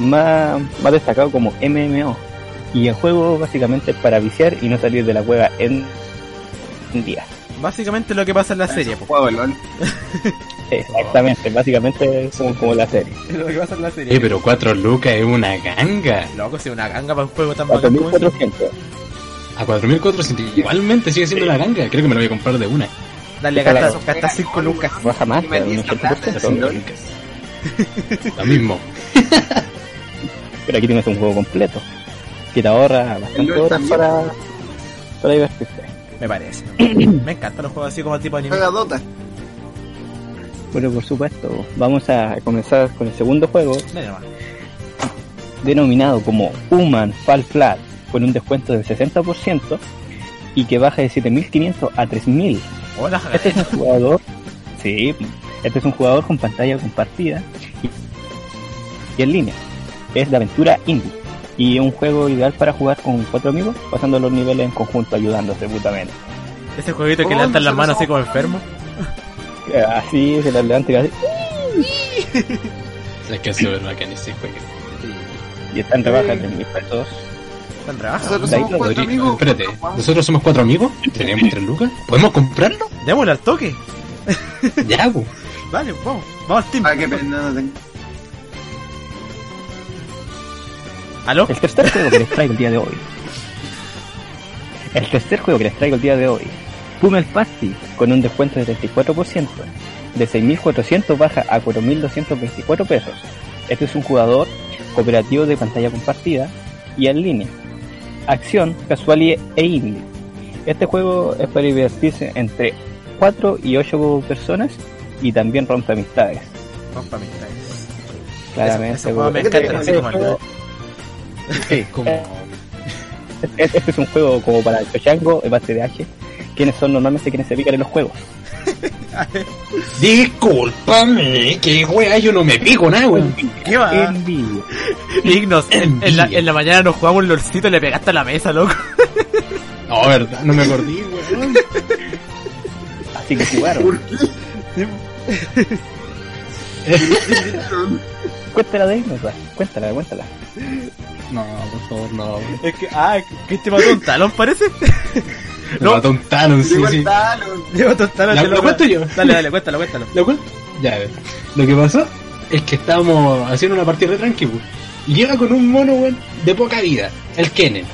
más, más destacado como MMO. Y el juego básicamente es para viciar y no salir de la cueva en un día.
Básicamente lo que pasa en la serie, pues, po.
Juego de LOL.
Exactamente, básicamente es como, como la serie.
lo que pasa en la serie.
Eh, pero 4 lucas es una ganga.
Loco, si una ganga para un juego tan bacán como ese.
4.400.
A 4.400 igualmente sigue siendo una ganga. Creo que me la voy a comprar de una.
Dale, a
Ojalá
gastar-
no.
gastar 5 lucas.
Baja más,
Y me
pero un
dice plata,
80%.
sí, ¿no?
Lo mismo.
Pero aquí tienes un juego completo que te ahorra bastante
LOL
horas
también.
para, para divertirte.
Me parece. Me encantan los juegos así como tipo anime.
Juega Dota.
Bueno, por supuesto, vamos a comenzar con el segundo juego
Dale nomás.
denominado como Human Fall Flat con un descuento del 60% y que baja de 7.500 a 3.000.
Hola,
Este es un jugador, sí, este es un jugador con pantalla compartida y, y en línea. es de aventura indie y es un juego ideal para jugar con cuatro amigos, pasando los niveles en conjunto, ayudándose mutuamente.
Este
Este-
Ese jueguito que le levantan las manos así como enfermo.
Así se las levanta y así,
Es que es súper bacán ese juego.
y están rebajas de mil pesos.
Están trabajando.
Nosotros
De ahí
somos
lo
cuatro
Rodrigo,
amigos.
espérate, ¿nosotros somos cuatro amigos? ¿Tenemos tres lucas? ¿Podemos comprarlo?
Démosle al toque.
Ya, pues. bu.
Dale, vamos. Vamos al team.
Ah, qué pena, no tengo.
¿Aló?
El tercer juego que les traigo el día de hoy. El tercer juego que les traigo el día de hoy. Pummel Party, con un descuento de 34%. De 6.400 baja a 4.224 pesos. Este es un jugador cooperativo de pantalla compartida y en línea. Acción, casual y- e indie. Este juego es para divertirse entre 4 y 8 personas y también rompe amistades.
Rompa amistades.
Claramente.
Ese- ese juego me
porque- este
encanta, así como el-
Sí,
Como...
Este este es un juego como para el Chochango, el base de H, quienes son normalmente quienes se pican en los juegos.
Disculpame, que wea, yo no me pico nada, weón.
¿Qué va?
Envidia.
Ignos. En, en la,
Envidia.
en la mañana nos jugamos un lorcito y le pegaste a la mesa, loco.
No, verdad, no me acordé, weón.
Así que jugaron. cuéntala de Ignos, va. cuéntala, cuéntala.
No, por favor, no. weón.
Es que, ah, que te mató un talón, parece.
Me
No.
mató un talón, sí,
Llegó el
sí.
Thanos.
Le mató un talón.
La-
te
lo cuento yo.
Dale, dale, cuéntalo, cuéntalo.
Lo cual, ya, eh, lo que pasó es que estábamos haciendo una partida de tranqui, weón. Y llega con un mono, weón, de poca vida, el Kennen.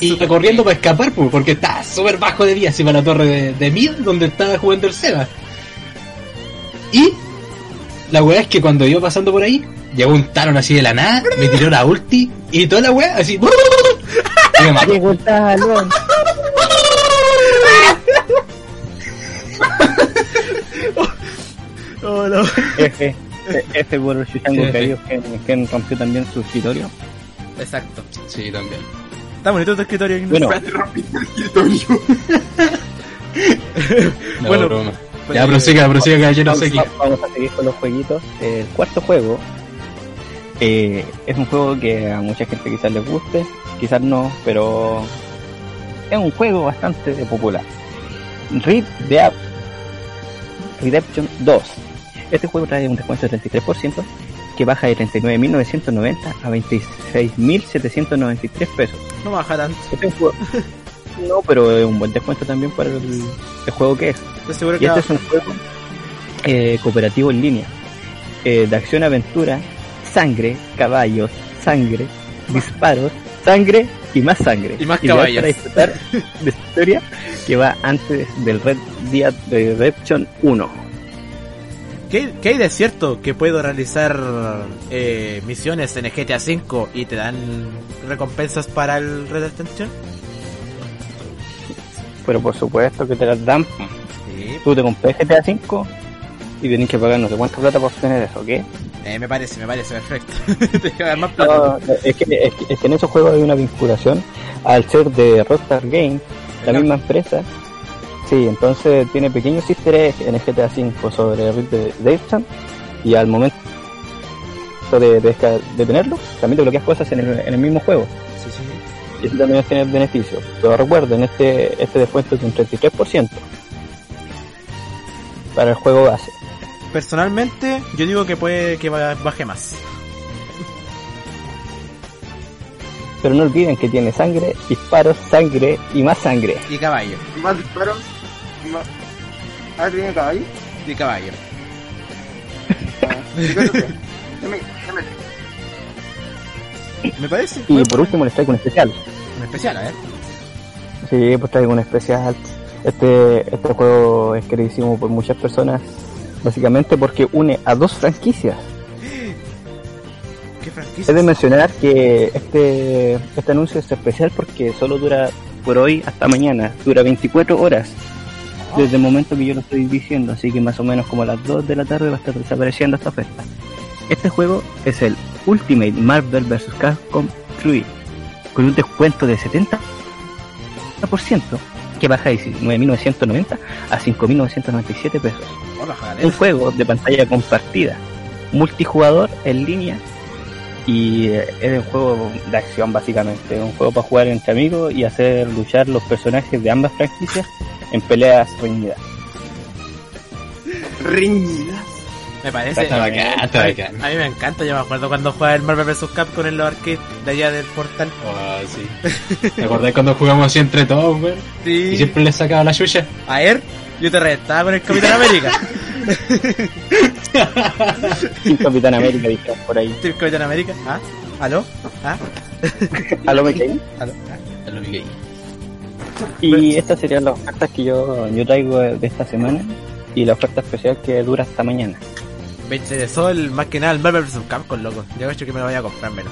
Y está corriendo para escapar, pues, porque está súper bajo de vida, así para la torre de, de mid, donde estaba jugando el Seba. Y la weá es que cuando iba pasando por ahí, llegó un Taron así de la nada, me tiró la ulti, y toda la weá así. Y me mató.
Llegó el talón.
Oh, no.
F. F por el Chochango
F.
que vio que, que rompió también su escritorio.
Exacto.
Sí, también.
Está bonito tu escritorio, Ignos.
Bueno,
No,
Bueno,
broma.
pues,
ya,
eh,
prosiga, prosiga, caballero,
vamos,
sé que.
vamos a seguir con los jueguitos. El cuarto juego eh, es un juego que a mucha gente quizás les guste, quizás no, pero es un juego bastante popular. Red Dead Redemption 2. Este juego trae un descuento del 33% que baja de 39.990 a 26.793 pesos.
No baja tanto.
Este es un juego- No, pero es un buen descuento también para el- el juego que es.
Estoy seguro
Y
que
este es un juego eh, cooperativo en línea, eh, de acción-aventura, sangre, caballos, sangre, disparos, sangre y más sangre.
Y más
Ideal
caballos.
Para disfrutar de esta historia que va antes del Red Dead Redemption 1.
¿Qué, qué hay de cierto que puedo realizar eh, misiones en el GTA V y te dan recompensas para el Red Dead Redemption?
Pero por supuesto que te las dan.
Sí,
Tú te compras GTA 5 y tenés que pagar no sé cuánta plata por tener eso, ¿ok?
eh, me parece, me parece perfecto. te queda más plata.
No, es, que, es que- es que en esos juegos hay una vinculación al ser de Rockstar Games, la misma empresa. Sí, entonces tiene pequeños easter eggs en el GTA V sobre Red Dead Redemption y al momento de, de, esca- de tenerlo, también desbloqueas cosas en el, en el mismo juego.
Sí, sí, sí.
Y eso también tiene beneficios. Pero recuerden, este, este descuento es de un 33% para el juego base.
Personalmente, yo digo que puede que ba- baje más.
Pero no olviden que tiene sangre, disparos, sangre y más sangre.
Y caballo,
Más disparos. más- Ah, tiene caballo.
y caballo.
Ah, ¿qué cosa fue? Dame- dame-
Me parece
Y por último les traigo un especial.
un especial, a ver.
Sí, pues traigo un especial. Este, este juego es queridísimo por muchas personas, básicamente porque une a dos franquicias.
¿Qué franquicia?
He de mencionar que este, este anuncio es especial porque solo dura por hoy hasta mañana, dura 24 horas desde el momento que yo lo estoy diciendo, así que más o menos como a las 2 de la tarde va a estar desapareciendo esta oferta. Este juego es el Ultimate Marvel vs. Capcom 3 con un descuento de 70% que baja de 9.990 a 5.997 pesos.
Hola, Jared.
Un juego de pantalla compartida, multijugador en línea, Y eh, es un juego de acción básicamente, un juego para jugar entre amigos y hacer luchar los personajes de ambas franquicias en peleas reñidas.
Riñidas.
Me parece.
Está bacán, está bacán.
A mí me encanta, yo me acuerdo cuando jugaba el Marvel vs. Capcom en los arcades de allá del portal.
Ah, sí. ¿Te acordás cuando jugamos así entre todos, weón? Y
Sí.
siempre le sacaba la suya.
A él, yo te restaba con el Capitán América.
Y Capitán América dicen por ahí.
Team Capitán América. ¿Ah? ¿Aló? ¿Ah?
A Ah, lo Mickey.
¿Aló? ¿Ah?
A lo Miguel.
Y estas serían las ofertas que yo, yo traigo de esta semana y la oferta especial que dura hasta mañana.
Me interesó el, más que nada el Marvel vs. Capcom, loco. Yo hecho que me lo vaya a comprármelo.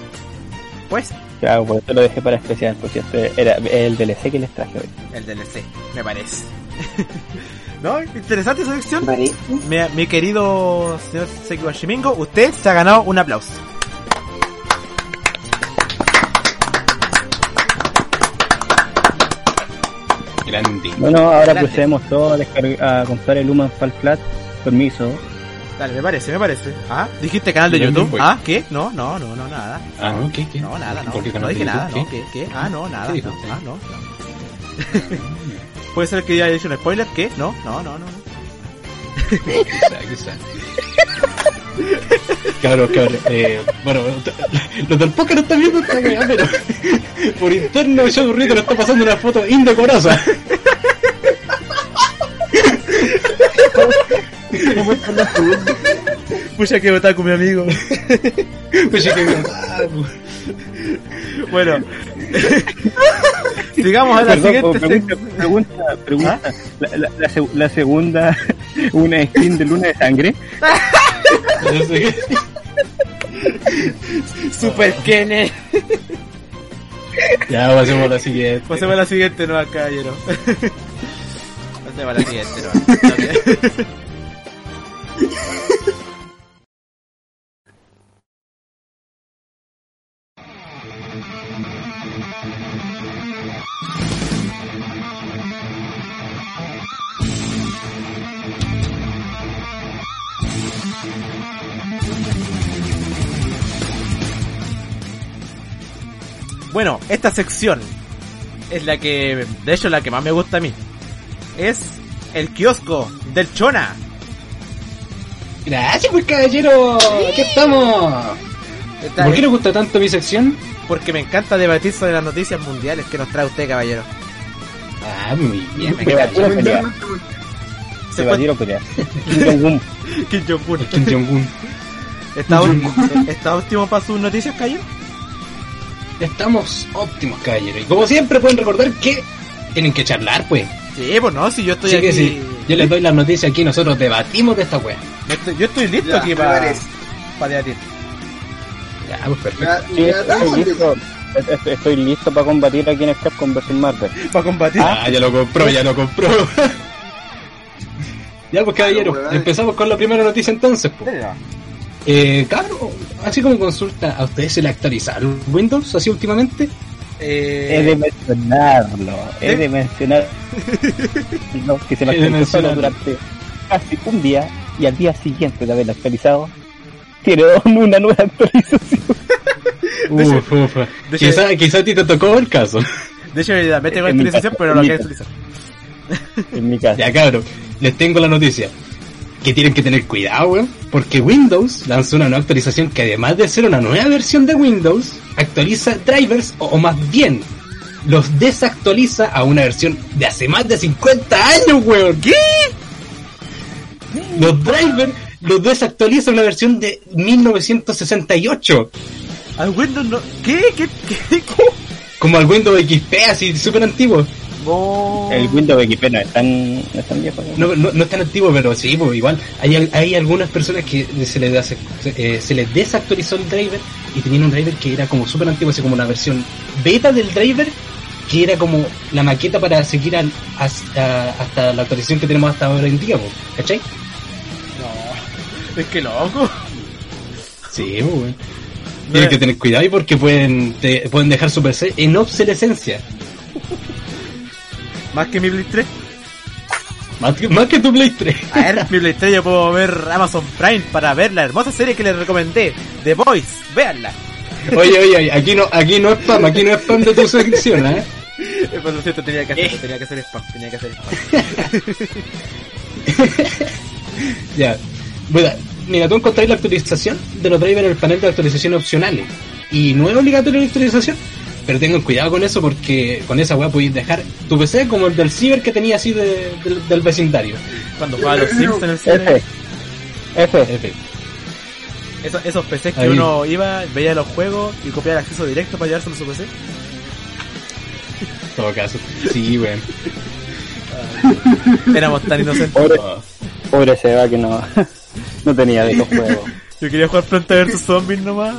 Pues,
Claro, por eso lo dejé para especial, porque este era el DLC que les traje hoy.
el DLC, me parece. ¿No? Interesante su sección.
Vale.
Mi, mi querido señor Sekiwa Shimingo, usted se ha ganado un aplauso.
Grande.
Bueno, ahora
Adelante.
procedemos todos a, descargar- a comprar el Human Fall Flat. Permiso.
Dale, me parece, me parece. ¿Ah? ¿Dijiste canal de
Y el
YouTube?
Game Boy.
¿Ah? ¿Qué? No, no, no, no, nada.
Ah, no, ¿qué? qué?
No, nada, no.
¿Por qué
No
canal
dije
de
nada,
YouTube?
¿no? ¿Qué? ¿Qué? Ah, no, nada.
¿Qué dijo?
no, Ah, no, no. Puede ser que ya haya hecho un spoiler, ¿qué? No, no, no, no. no.
Exacto, exacto. Cabros, cabros. Eh, bueno, los del podcast no están viendo esta weá, pero por interno yo burrito le está pasando una foto indecorosa.
Pucha que otaku, mi amigo.
Oye, que ah, pu-
bueno. Sigamos a la
Perdón,
siguiente
pregunta,
sec-
pregunta, pregunta. La, la- la seg- la segunda, una skin de luna de sangre.
no sé qué.
Super Kene.
Ya, pasemos a la siguiente.
Pasemos a Pues la siguiente, no, caballero. Pasemos a la siguiente, no. Bueno, esta sección es la que, de hecho, la que más me gusta a mí. Es el kiosco del Chona.
Gracias, pues caballero. Aquí estamos.
Está
¿Por qué
bien,
nos gusta tanto mi sección?
Porque me encanta debatir sobre las noticias mundiales que nos trae usted, caballero.
Ah, muy bien.
Me
me
encanta.
encanta.
Se
Se
fue
batieron pelear. Kim Jong-un.
Kim Jong-un.
Kim Jong-un.
¿Está, ¿Está óptimo para sus noticias, caballero?
Estamos óptimos, caballero. Y como siempre pueden recordar que tienen que charlar, pues.
Sí, pues no, si yo estoy
Así
aquí.
que sí, yo les doy las noticias aquí, nosotros debatimos de esta wea.
Me estoy- yo estoy listo
Ya,
aquí
me
para
parece.
pa debatir.
Ya, pues perfecto.
Ya,
Sí,
ya,
estoy
damos-
listo. Est- Estoy listo para combatir aquí en Capcom vs Marvel.
Para combatir.
Ah, ya lo compró, ya lo compró. ya, pues caballero,
weón.
empezamos con la primera noticia entonces. po. Eh, cabrón, así como consulta, ¿a ustedes se le actualizaron Windows así últimamente?
Eh,
He de mencionarlo. He de mencionar. No, que se me
He de
actualizó solo
mencionarlo.
durante casi un día y al día siguiente de haberlo actualizado. Tiene una nueva actualización.
Uf, uf.
de-
Quizá, quizá a ti te tocó el caso.
De hecho, la tengo
en mi
actualización,
caso,
pero
en
no la
mi
quiero
caso.
utilizar.
En mi caso.
Ya, cabrón, les tengo la noticia. Que tienen que tener cuidado, weón. Porque Windows lanzó una nueva actualización que además de ser una nueva versión de Windows, actualiza drivers o, o más bien los desactualiza a una versión de hace más de 50 años, weón. ¿Qué? Los drivers los desactualiza a una versión de 1968.
Al Windows Ah, no. ¿Qué? ¿Qué? ¿Qué? ¿Qué?
Como el Windows XP, así súper antiguo.
No.
El Windows XP no es tan, no es tan viejo. ¿no?
No, no, no es tan antiguo, pero sí, pues igual. Hay, al- hay algunas personas que se les, hace- eh, se les desactualizó el driver y tenían un driver que era como súper antiguo, así como una versión beta del driver, que era como la maqueta para seguir al- hasta, hasta la actualización que tenemos hasta ahora en día, pues, ¿cachai?
Es que loco.
Sí, pues, weón. Tienen que tener cuidado ahí porque pueden, te- pueden dejar su PC en obsolescencia.
Más que mi Play 3.
Más que, más que tu Play 3.
A ver, mi Play 3 yo puedo ver Amazon Prime para ver la hermosa serie que les recomendé. The Voice. Véanla.
Oye, oye, oye, aquí no, aquí no es spam, aquí no es spam de tu sección, ¿eh?
Eh, Por cierto, tenía que hacer, tenía que hacer spam, tenía que hacer spam.
Ya. Bueno, mira, tú encontráis la actualización de los drivers en el panel de actualización opcionales. Y no es obligatorio la actualización, pero tengan cuidado con eso porque con esa weá podéis dejar tu PC como el del ciber que tenía así de- del- del vecindario.
Cuando jugaba a los Sims en el cine,
F. F.
F.
esos, esos PCs que
Ahí.
uno iba, veía los juegos y copiaba el acceso directo para llevárselo a su PC.
En todo caso. Sí, weón.
Éramos tan inocentes.
Pobre, pobre Seba que no, no tenía de los juegos.
Yo quería jugar Planta vs Zombies nomás.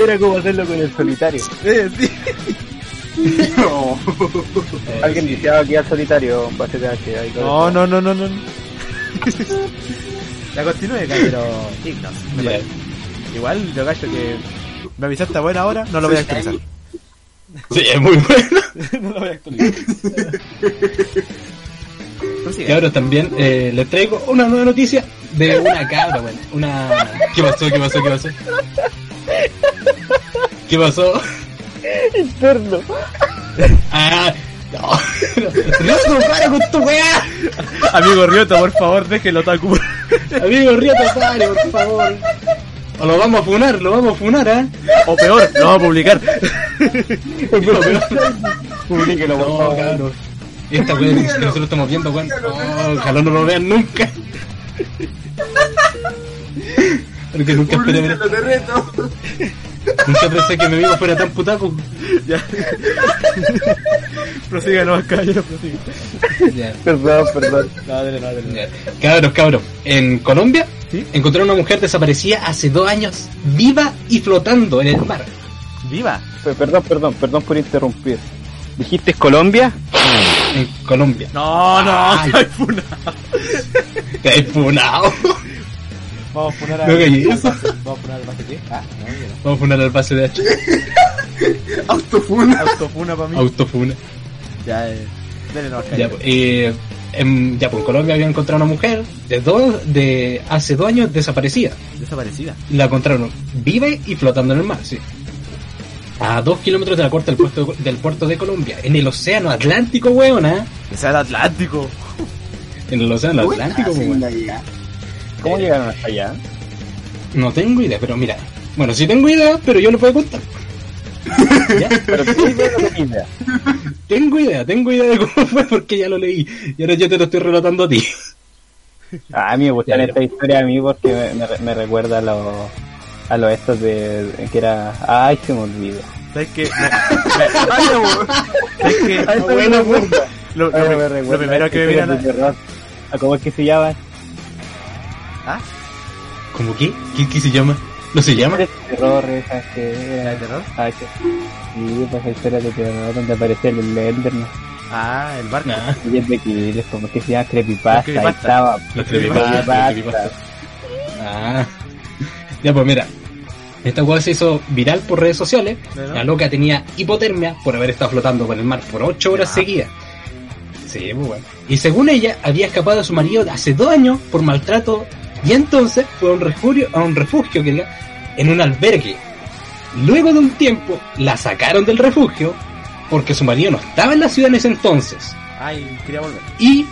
Era como hacerlo con el solitario.
Eh, sí.
Eh,
Alguien
sí.
decía aquí al solitario, pase de H, ahí con
No,
el-
no, no, no, no. La continué, pero Ignos. me
Ya.
parece. Igual, yo cacho que me avisaste a buena hora, no lo voy a actualizar.
Sí, es muy bueno.
no lo voy a actualizar.
Y ahora también eh, les traigo una nueva noticia de una cabra, bueno, una... ¿Qué pasó? ¿Qué pasó? ¿Qué pasó? ¿Qué pasó?
Interno.
Ah, no. Rioto, para con tu weá.
Amigo Riota, por favor, déjelo Taku.
Amigo Rioto, para, por favor. O lo vamos a funar, lo vamos a funar, ¿eh?
O peor, lo vamos a publicar.
Publíquelo, por
No,
favor.
cabrón. Esta weá que nosotros estamos viendo, weón. No, ojalá no lo vean nunca. Porque nunca esperé ver
Te reto.
Nunca pensé que mi amigo fuera tan putaco.
ya. prosiga nomás, caballero, prosiga.
Ya.
Perdón, perdón.
No, dale, no, dale. no.
Cabros, cabros. En Colombia
¿Sí?
encontraron a una mujer desaparecida hace dos años, viva y flotando en el mar.
¡Viva!
Pe- Perdón, perdón, perdón por interrumpir. ¿Dijiste Colombia?
En Colombia.
No, no,
Ay.
no hay funa.
Te has funado.
Vamos a poner a.
No, que eso.
Vamos a poner al base qué? Ah, no, mira.
Vamos a funar al base de H.
Autofuna.
Autofuna para mí.
Autofuna.
Ya, eh. Dale nomás,
Ya,
caballero.
pues, eh, en, ya, pues, en Colombia había encontrado una mujer de dos, de hace dos años desaparecida.
pues. Desaparecida.
La encontraron viva y flotando en el mar, sí. A dos kilómetros de la costa del puerto, del puerto de Colombia, en el océano Atlántico, weón, ¿eh?
Que sea el Atlántico.
En el océano Atlántico,
ah,
weón.
¿Cómo llegaron hasta allá?
No tengo idea, pero mira. Bueno, sí tengo idea, pero yo lo puedo contar. ¿Ya?
Pero ¿qué idea no tenía idea?
Tengo idea, tengo idea de cómo fue porque ya lo leí. Y ahora yo te lo estoy relatando a ti.
Ah, a mí me gustan
Ya, ya.
estas historias a mí porque me, me, me recuerda a los a los estos de que era ay se me olvidó
¿Sabes qué? Me- me- ¿Sabes qué?
Ay, se me recuerda.
Lo, lo-
Ay, me
lo
recuerda
primero que me
historias
viene a la-
de terror. ¿A cómo es que se llama?
¿Cómo qué? ¿Qué, qué se llama? ¿No se llama?
Historias de terror esas que
¿La de
eran
terror?
ay, que- sí pues historias de terror donde aparecía el Enderman
Ah, el barco.
Nah,
y es de que como que se llama creepypasta
Creepypasta.
ahí estaba
los creepypastas, los creepypastas. Ah. Ya, pues mira. Esta weá se hizo viral por redes sociales.
Bueno.
La loca tenía hipotermia por haber estado flotando por el mar por 8 horas
Ah.
seguidas. Sí, pues bueno. Y según ella, había escapado de su marido hace dos años por maltrato y entonces fue a un refugio, a un refugio que diga, en un albergue. Luego de un tiempo, la sacaron del refugio porque su marido no estaba en la ciudad en ese entonces.
Ay, quería volver.
Y,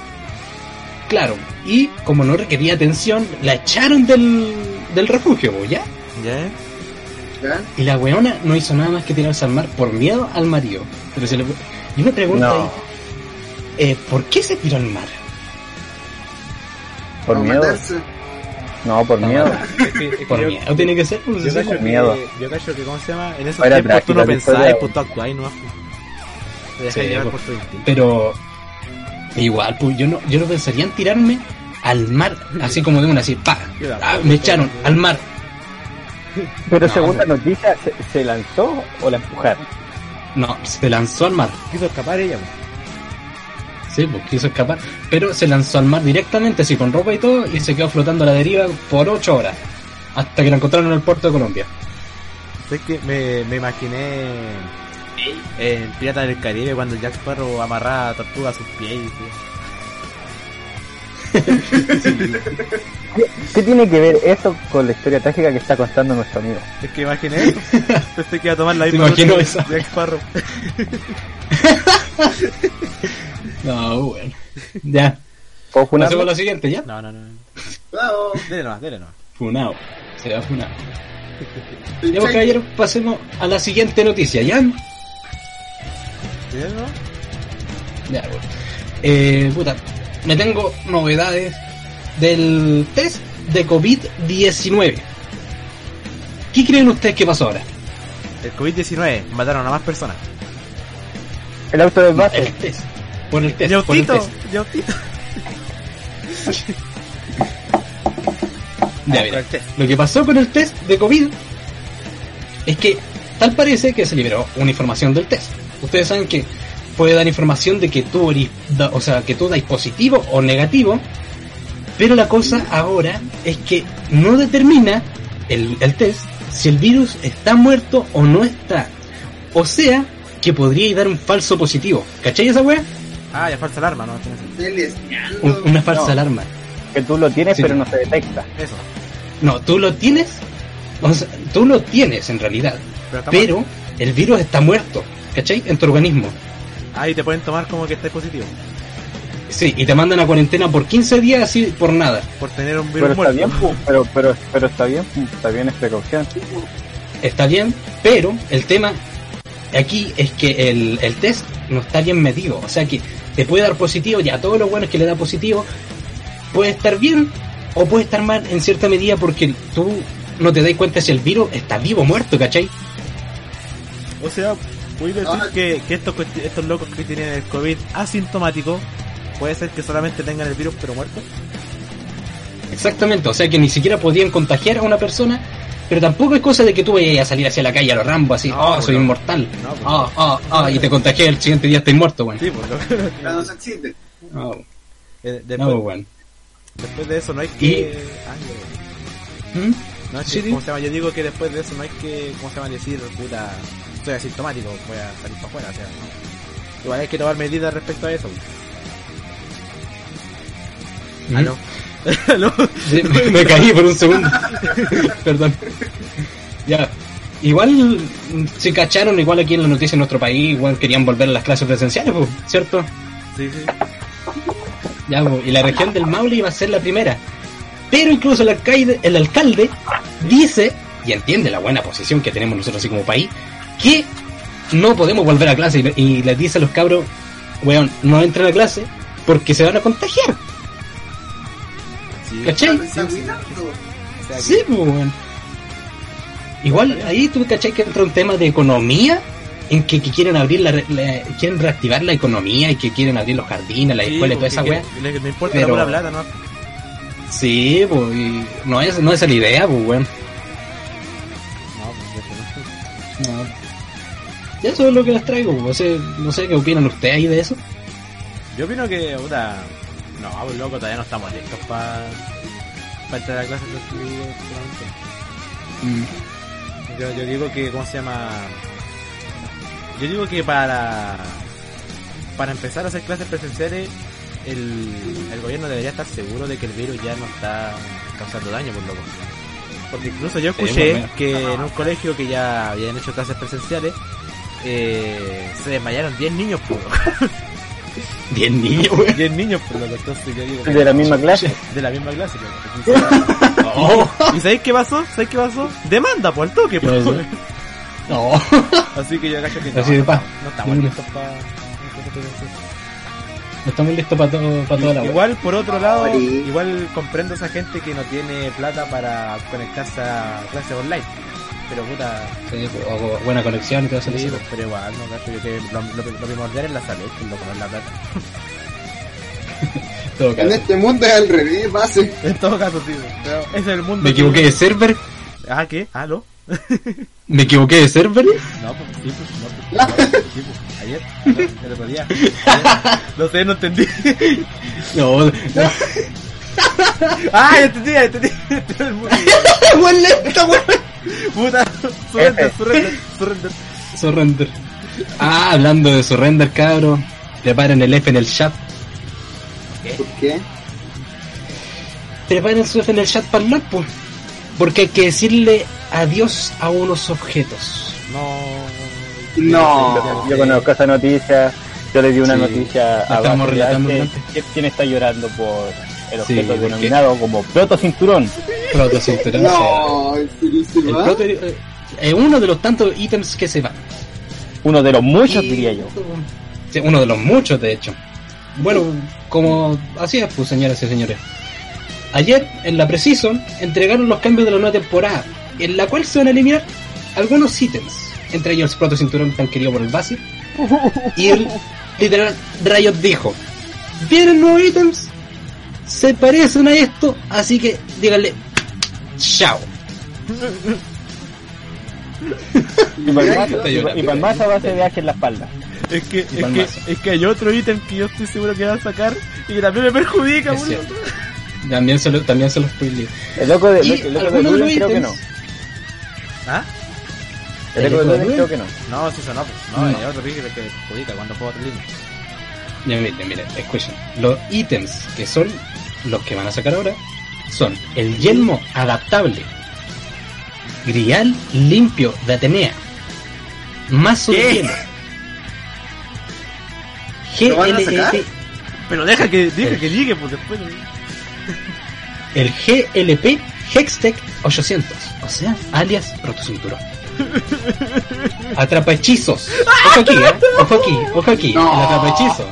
claro, y como no requería atención, la echaron del, del refugio, pues, ¿ya?
¿Ya? eh?
¿Ya?
Y la weona no hizo nada más que tirarse al mar por miedo al marido. Pero se le... Y una pregunta
No.
ahí, eh, ¿por qué se tiró al mar?
por
Para
miedo
matarse.
no por miedo
Es que- es que
Por
yo-
miedo tiene que ser. pues,
Yo
sí,
cacho, que,
miedo.
yo cacho que, ¿cómo se llama? En esos
Fuera
tiempos tú
trágica
no
la
pensabas,
historia.
pues tú actuás, ¿no? Te dejas
Sí,
llevar
po.
por tu instinto.
Pero igual, pues yo no, yo no pensaría en tirarme al mar, así como de una así, pa, ah, me echaron al mar.
pero
No,
según la noticia ¿se, se lanzó o la empujaron
No, se lanzó al mar.
Quiso escapar ella, pues. po.
Sí, pues quiso escapar, pero se lanzó al mar directamente, así con ropa y todo, y se quedó flotando a la deriva por 8 horas, hasta que la encontraron en el puerto de Colombia.
¿Sabes qué? Me, me imaginé en Pirata del Caribe cuando Jack Sparrow amarraba a tortuga a sus pies. y todo.
¿Qué tiene que ver eso con la historia trágica que está contando nuestro amigo?
Es que imaginé eso. Pensé que iba a tomar la
Te
misma ruta
imagino
de-
eso.
de Sparrow.
No, Ah, bueno. Ya. Pasemos a la siguiente, ¿ya?
No, no, no.
Vamos.
Dele nomás, dele nomás.
Funado. Se va funado. Ya, pues, caballeros, pasemos a la siguiente noticia, ¿ya?
¿Dele nomás?
Ya, bueno. Eh, puta, me tengo novedades del test de COVID-19. ¿Qué creen ustedes que pasó ahora?
El COVID-19 mataron a más personas.
El auto de
El test. Por el test. Por el
Yautito,
test.
yautito.
Ya, mira, Lo que pasó con el test de COVID es que tal parece que se liberó una información del test. Ustedes saben que puede dar información de que tú eres, da- o sea, que tú dais positivo o negativo, pero la cosa ahora es que no determina el, el test si el virus está muerto o no está. O sea, que podría dar un falso positivo. ¿Cachai esa weá?
Ah, ya falsa alarma, no. tiene sentido.
Un- una falsa
No.
alarma.
Que tú lo tienes
Sí.
pero no se detecta.
Eso.
No, tú lo tienes. O sea, tú lo tienes en realidad.
Pero, está
Pero
mal.
el virus está muerto, ¿cachai? En tu organismo.
Ahí te pueden tomar como que estés positivo.
Sí, y te mandan a cuarentena por 15 días así por nada.
Por tener un virus
Pero está
muerto.
bien, pu, pero, pero, pero está bien, pu, está bien es precaución.
Está bien, pero el tema aquí es que el, el test no está bien medido. O sea que te puede dar positivo, ya todo lo bueno es que le da positivo. Puede estar bien o puede estar mal en cierta medida porque tú no te das cuenta si el virus está vivo o muerto, ¿cachai?
O sea, voy a decir que, que estos, cuest- estos locos que tienen el COVID asintomático, puede ser que solamente tengan el virus pero muerto.
Exactamente, o sea que ni siquiera podían contagiar a una persona, pero tampoco es cosa de que tú vayas a salir hacia la calle a los Rambo así, oh, soy inmortal,
No, pues,
oh, oh, oh, y te contagias el siguiente día estás muerto, weón.
Sí, pues, loco.
Pero no se existe.
Oh,
Eh, después,
no, pues, weón.
después de eso no hay que... Ay, güey.
¿Mm?
no, es que,
Sí, sí.
¿cómo se llama? Yo digo que después de eso no hay que, ¿cómo se llama? Decir, puta, estoy asintomático, voy a salir para afuera. O sea, no. igual hay que tomar medidas respecto a eso.
¿Mm?
Aló. Aló.
Sí, me, me caí por un segundo. Perdón. Ya. Igual, mm, se cacharon, igual aquí en la noticia en nuestro país, igual querían volver a las clases presenciales, pues, ¿cierto?
Sí, sí.
Ya, po, y la región del Maule iba a ser la primera. Pero incluso el alcaide- el alcalde, dice, y entiende la buena posición que tenemos nosotros así como país, que no podemos volver a clase. Y, y les dice a los cabros, weón, no entren a clase porque se van a contagiar.
Sí.
¿Cachai?
Está cuidando.
O sea, que-
Sí, po, weón. Igual ahí tú cachai que entra un tema de economía en que, que quieren abrir la, re- la- quieren reactivar la economía y que quieren abrir los jardines, las
Sí,
escuelas y toda
porque
esa
que-
weá.
le- Me importa
Pero-
la pura plata, ¿no?
Sí, pues, y no es, no es la idea, pues, weón.
pues,
No. Y Eso es lo que les traigo, pues, no sé, no sé qué opinan ustedes ahí de eso.
Yo opino que, puta, no, pues loco, todavía no estamos listos para pa entrar a clases los chiquillos, solamente. Yo, yo digo que, ¿cómo se llama? Yo digo que para para empezar a hacer clases presenciales, el, el gobierno debería estar seguro de que el virus ya no está causando daño, por loco. Porque incluso yo
Sí,
escuché
más o
que en un colegio que ya habían hecho clases presenciales, eh, se desmayaron 10 niños, por loco.
Bien niño, weón.
10 niños, por loco. Entonces yo digo...
De la misma clase.
De la misma clase, claro.
No,
¿Y sabéis qué pasó? ¿Sabéis qué pasó? Demanda por el toque, pues.
pasó? no.
Así que yo cacho que no,
Así de pa.
no estamos listos
No estamos listos para todo, para toda
para.
la weá.
Igual, por otro lado,
Sorry.
igual comprendo a esa gente que no tiene plata para conectarse a clases online. Pero puta,
Sí, pues, o- o buena conexión y todo eso.
sí, pues, pero igual, no cacho yo que lo, lo, lo primordial es la salud, que lo que no es la plata.
Todo
En
caso.
este mundo es al revés, base.
En todo caso, sí, güey. Pero es el mundo.
Me
que-
equivoqué de server.
Ah, ¿qué? Ah, no.
Me equivoqué de server.
No, pues sí, pues no. Pues, sí, pues, ayer, no, el otro día. Ayer. No sé, no entendí.
No, no.
Ah, ya entendí, ya entendí. Todo el mundo.
Weón, lenta, weón.
Puta, surrender, surrender, surrender.
Surrender. Ah, hablando de surrender, cabro. Preparen el F en el chat.
¿Por qué?
prepárense en el chat para el lab, pues. Porque hay que decirle adiós a unos objetos.
No.
Yo conozco esa noticia. Yo le di una
Sí.
noticia a
La estamos
Bachelet
relatando
que-
antes.
que quien está llorando por el
Sí,
objeto
porque-
denominado como proto cinturón.
Proto cinturón.
No,
El
¿Ah?
proto- eh, Es uno de los tantos ítems que se van.
Uno de los muchos, Pues diría yo.
Sí, uno de los muchos, de hecho. Bueno, como así es, pues, señoras y señores. Ayer, en la Precision, entregaron los cambios de la nueva temporada, en la cual se van a eliminar algunos ítems, entre ellos el proto cinturón tan querido por el Basil. Y el literal Riot dijo: Vienen nuevos ítems, se parecen a esto, así que díganle chao.
Y palmaza,
Está
y-
llorando.
y palmaza va a hacer viaje en la espalda.
Es que, es que,
palmazo.
es que hay otro ítem que yo estoy seguro que va a sacar y que también me perjudica,
Es
boludo.
cierto. También se lo, también se lo spoileé.
El loco de,
Y
el loco de
algunos de los
Luden creo que no.
ítems-
¿Ah?
El loco de
¿El loco de
Luden creo que no.
No, eso no, pues. No,
No.
hay otro ítem que perjudica cuando juego otro ítem.
Ya, Miren, miren, escuchen. Los ítems que son los que van a sacar ahora son el yelmo adaptable, grial limpio de Atenea, mazo de hielo,
¿Lo van a
E
sacar?
GLP,
Pero deja que, deja que llegue, pues después.
el GLP Hextech 800, o sea, alias roto cinturón. Atrapa hechizos. Ojo aquí, ¿eh? Ojo aquí, ojo aquí. El atrapa hechizo.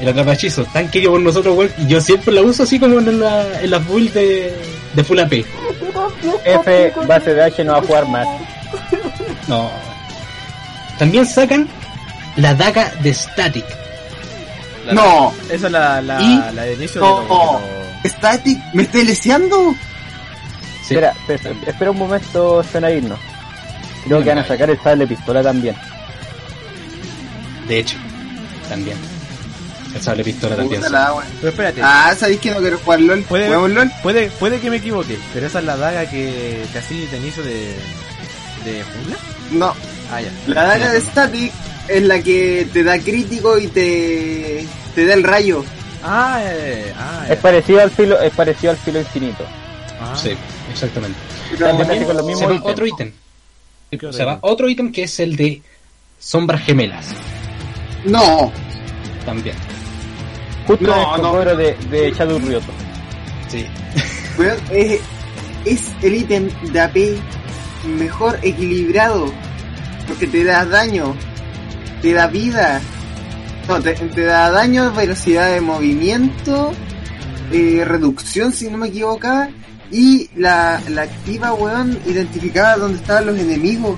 El atrapa hechizo. Tan querido por nosotros, weón. Yo siempre la uso así como en, la, en las builds de, de Full AP.
F base de H no va a jugar más.
No. También sacan la daga de Static.
No,
Esa es la, la,
Y-
la de inicio
no.
de lo- de lo-
Static, ¿me estáis leseando?
Sí.
espera, espera, espera un momento, suena irnos. Creo que van a sacar el sable pistola también.
De hecho, también. El sable pistola también.
Puta
sí.
la wea.
Pero espérate.
Ah, ¿sabéis que no quiero jugar LOL?
Puede-
¿Jugamos LOL?
Puede, puede que me equivoque, pero esa es la daga que, que así de inicio de. de jungla.
No.
Ah, ya.
La daga de Static es la que te da crítico y te, te da el rayo.
Ah, eh, ah,
Es parecido al filo, es parecido al filo infinito.
ah.
Sí, exactamente.
Pero
También
bueno,
así con lo
se
mismo
va
ítem.
otro ítem.
¿Qué
Se
otro
va
ítem?
otro ítem que es el de sombras gemelas.
No,
También.
Justo
No,
en el
no.
cobro de, de Shadow Ryoto.
Sí.
weón, es, es el ítem de AP mejor equilibrado. Porque te da daño, te da vida. No, te, te da daño, velocidad de movimiento, eh, reducción si no me equivocaba. Y la, la activa, weón, identificaba dónde estaban los enemigos.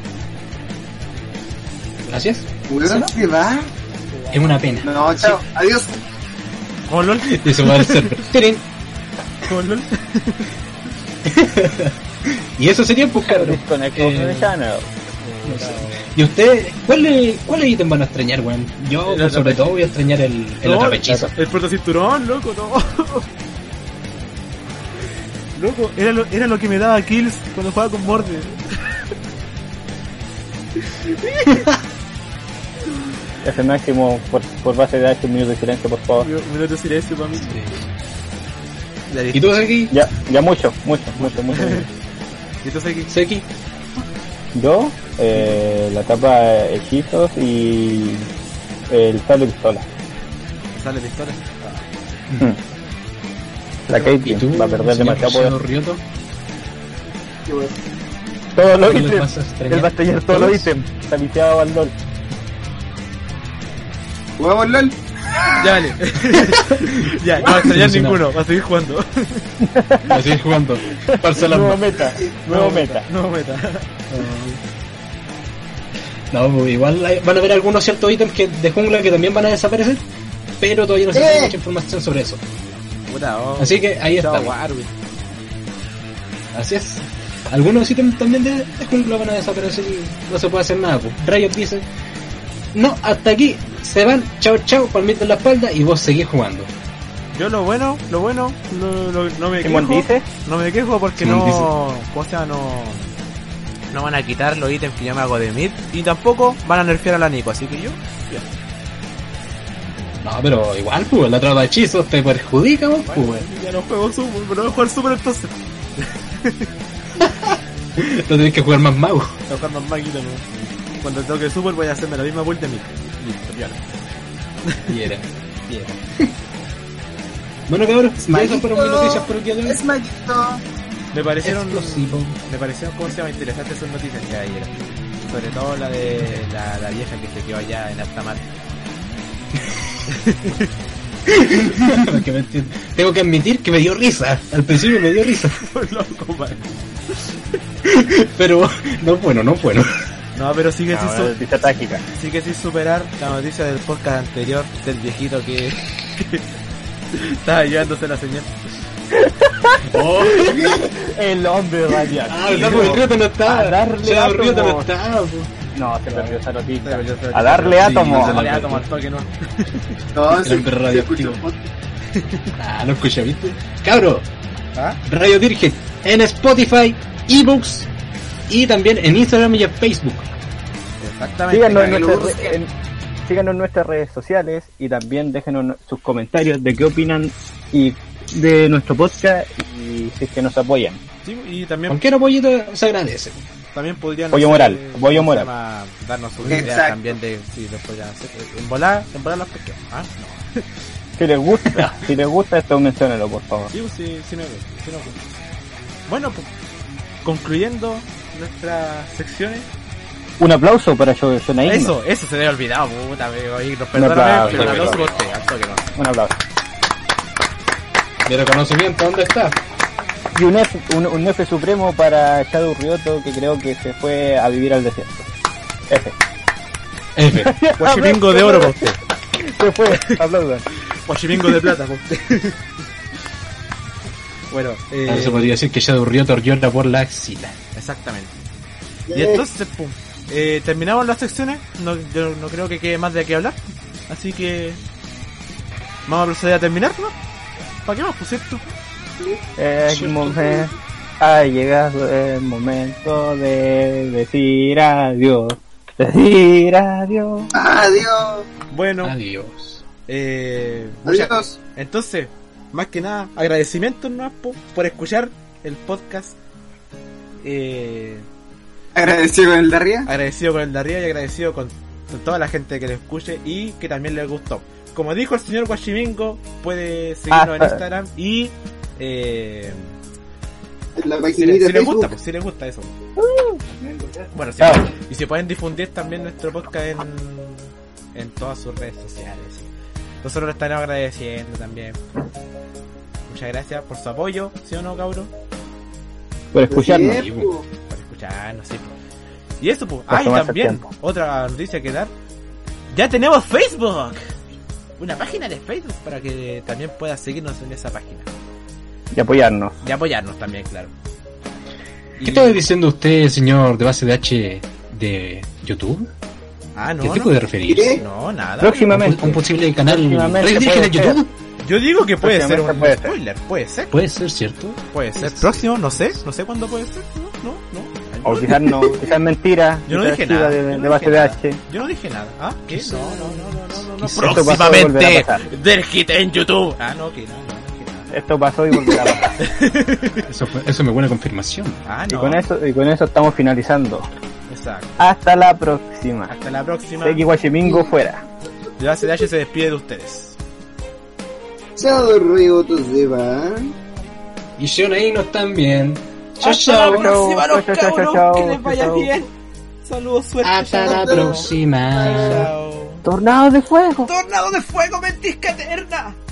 Así es.
Weón, se va.
Es una pena.
No, chao, adiós.
¿Cómo LOL?
Y se va al server. Tirín.
¿Cómo LOL?
Y eso sería pues cabrón.
Con el cobro
Eh,
de Shadow.
no sé. ¿Y ustedes cuáles cuáles ítem van a extrañar, weón? Yo
El
pues, sobre
atrapechizo.
todo voy a extrañar el, el
No,
atrapechizo.
El protocinturón, loco, no. Loco, era lo, era lo que me daba kills cuando jugaba con Morde.
Ese máximo por, por base de H un minuto de silencio, por favor.
Me me lo silencio para mí. La
¿Y tú, Seki?
Ya, ya mucho, mucho, mucho, mucho.
Entonces aquí.
Seki,
Yo, eh, la tapa hechizos y el sable pistola. Hmm.
Sale pistola.
La
¿y
Caitlyn
tú?
va a perder
señor
demasiado
Rosado
poder.
Rioto?
Todo lo
¿Qué les
ítem.
vas a extrañar?
Él va a estallar todo lo
¿Todos?
ítem. Está viciado al LOL.
¿Jugamos LOL?
Ya vale. ya, no va a extrañar
Solucionado.
ninguno, va a seguir jugando.
Va a seguir jugando. Parcel las
Nuevo meta, nuevo meta.
No meta.
Eh, No, pues, igual hay- van a haber algunos ciertos ítems que de jungla que también van a desaparecer, pero todavía no se tiene mucha información sobre eso.
Puta, oh.
Así que ahí
Chao,
está.
Warwick.
Así es. Algunos ítems también de, de jungla van a desaparecer y no se puede hacer nada. Pues. Riot dice, no, hasta aquí se van, chao chao, palmito en la espalda y vos seguís jugando.
Yo lo bueno, lo bueno, no, no, no me quejo.
Simón dice,
No me quejo porque
Simón
no. ¿Cómo se llama? No. No van a quitar los ítems que yo me hago de mid. Y tampoco van a nerfear a la Nico, así que yo.
No, pero igual, pues, la traba de hechizos te perjudica, pues, pues.
Ya no juego Super, pero voy a jugar Super entonces.
No tenés que jugar más mago.
Voy a jugar más maguito, ¿no? Cuando toque Super voy a hacerme la misma vuelta a mí. Listo, ya.
Y era. Bueno, cabros, ya esas fueron mis noticias por el día de hoy.
maguito.
Me parecieron
Explosivo.
Me parecieron como se llama interesantes esas noticias que hay. Sobre todo la de la, la vieja que se quedó allá en alta mar.
Para que me entiendan. Tengo que admitir que me dio risa. Al principio me dio risa.
Loco, man.
Pero no bueno, no bueno.
No, pero sigue sin su-
Noticia trágica.
Sí que sin superar la noticia del podcast anterior del viejito que, que estaba llevándose la señal.
El hombre radial.
Ah, ¿verdad? Porque el Rioto no estaba.
A darle
Ya, el Rioto no
átomos.
estaba. po.
No, se perdió esa noticia.
A
A darle átomo.
átomo. darle átomo al toque, no.
No, se-
hombre
se escuchó
radioactivo.
un podcast.
Ah, no escuché, ¿viste? Cabro,
¿Ah?
Radio Virgen en Spotify, ebooks y también en Instagram y en Facebook.
Exactamente.
Síganos en,
que lo
nuestras re- en- síganos en nuestras redes sociales y también déjenos sus comentarios de qué opinan y de nuestro podcast y si es que nos apoyan.
Sí, y también,
Cualquier apoyito se agradece.
también podrían.
Apoyo
hacer,
moral,
eh,
apoyo
¿cómo se
moral.
llama? Darnos sus ideas
Exacto.
también de si lo podrían hacer. En volar, en volar las pequeñas. Ah, no.
Si les gusta, si les gusta esto, menciónalo, por favor.
Sí, sí, sí, no, sí, no. Bueno, pues, concluyendo nuestras secciones.
Un aplauso para Joe Jonaín.
Eso, eso se me había olvidado, puta, me iba a ir, nos
Un
perdóname,
aplauso,
pero
un
no
aplauso.
soporté, al toque no.
Un aplauso.
De reconocimiento, ¿dónde está?
Y un F, un, un F supremo para Shadow Rioto que creo que se fue a vivir al desierto. F.
F.
Guachimingo de oro para usted.
Se fue, aplaudan.
Guachimingo de plata para usted. bueno, eh,
Ah, se podría decir que ya durrió Torriota por la axila.
exactamente. Y entonces, pum, eh, terminamos las secciones. No, yo no creo que quede más de qué hablar. Así que. Vamos a proceder a terminar, ¿no? ¿Para qué más, pues, por cierto?
El momento, ha llegado el momento de decir adiós. Decir adiós.
Adiós.
Bueno,
Adiós.
eh, muchas-
Adiós.
Entonces, más que nada, agradecimientos ¿no? po- por escuchar el podcast. Eh,
Agradecido con el de arriba.
agradecido con el de arriba y agradecido con, con toda la gente que lo escuche y que también le gustó. Como dijo el señor Guachimingo, puede seguirnos en
Ah,
Instagram y eh,
En la
si, le,
paginita
si
de
le gusta,
Facebook.
pues, si le gusta eso.
Uh.
Bueno, si-
Chao.
y si pueden difundir también nuestro podcast en, en todas sus redes sociales. Nosotros le estaremos agradeciendo también. Muchas gracias por su apoyo, ¿sí o no, cabros?
Por escucharnos.
Sí, po.
por escucharnos, sí. po. Y eso, pues.
Por
Ah, y
tomarse el
también,
tiempo.
otra noticia que dar. ¡Ya tenemos Facebook! Una página de Facebook para que también puedas seguirnos en esa página.
Y apoyarnos.
Y apoyarnos también, claro.
¿Qué
Y-
estaba diciendo usted, señor de base de H de YouTube?
Ah,
¿Qué
no,
tipo
no,
de referir?
¿Qué?
no, nada.
Próximamente.
¿Un posible canal
Próximamente
Radio Virgen en
puede
YouTube?
Yo digo que puede ser un
Próximamente puede ser.
spoiler, puede ser,
Puede ser, ¿cierto?
puede ser. Próximo, no sé, no sé cuándo puede ser. No, no, no.
O quizás no, quizás mentira.
Yo no
quizás
dije
chiva
nada.
De,
yo no
de base
dije
de
nada.
H.
Yo no dije nada. ¿Ah? ¿Qué? No, no, no, no, no, no, no.
Quizás
esto pasó y volverá a
Próximamente,
pasar.
del hit en YouTube. Ah, no, que no, no, no, que nada.
Esto pasó y volverá a pasar.
Eso, fue- eso me buena confirmación.
Ah,
Y
no.
con eso, y con eso estamos finalizando.
Exacto.
Hasta la próxima.
Hasta la próxima.
Sé que Guachimingo fuera.
De base de H se despide de ustedes.
Chao, Riotos de Van.
Y Shonaínos también. Chao,
Hasta la
chao.
próxima, los cabros. Que les vaya bien.
Saludos, suerte.
Hasta la próxima.
Chao.
Ah, Tornado de fuego.
Tornado de fuego, ventisca eterna.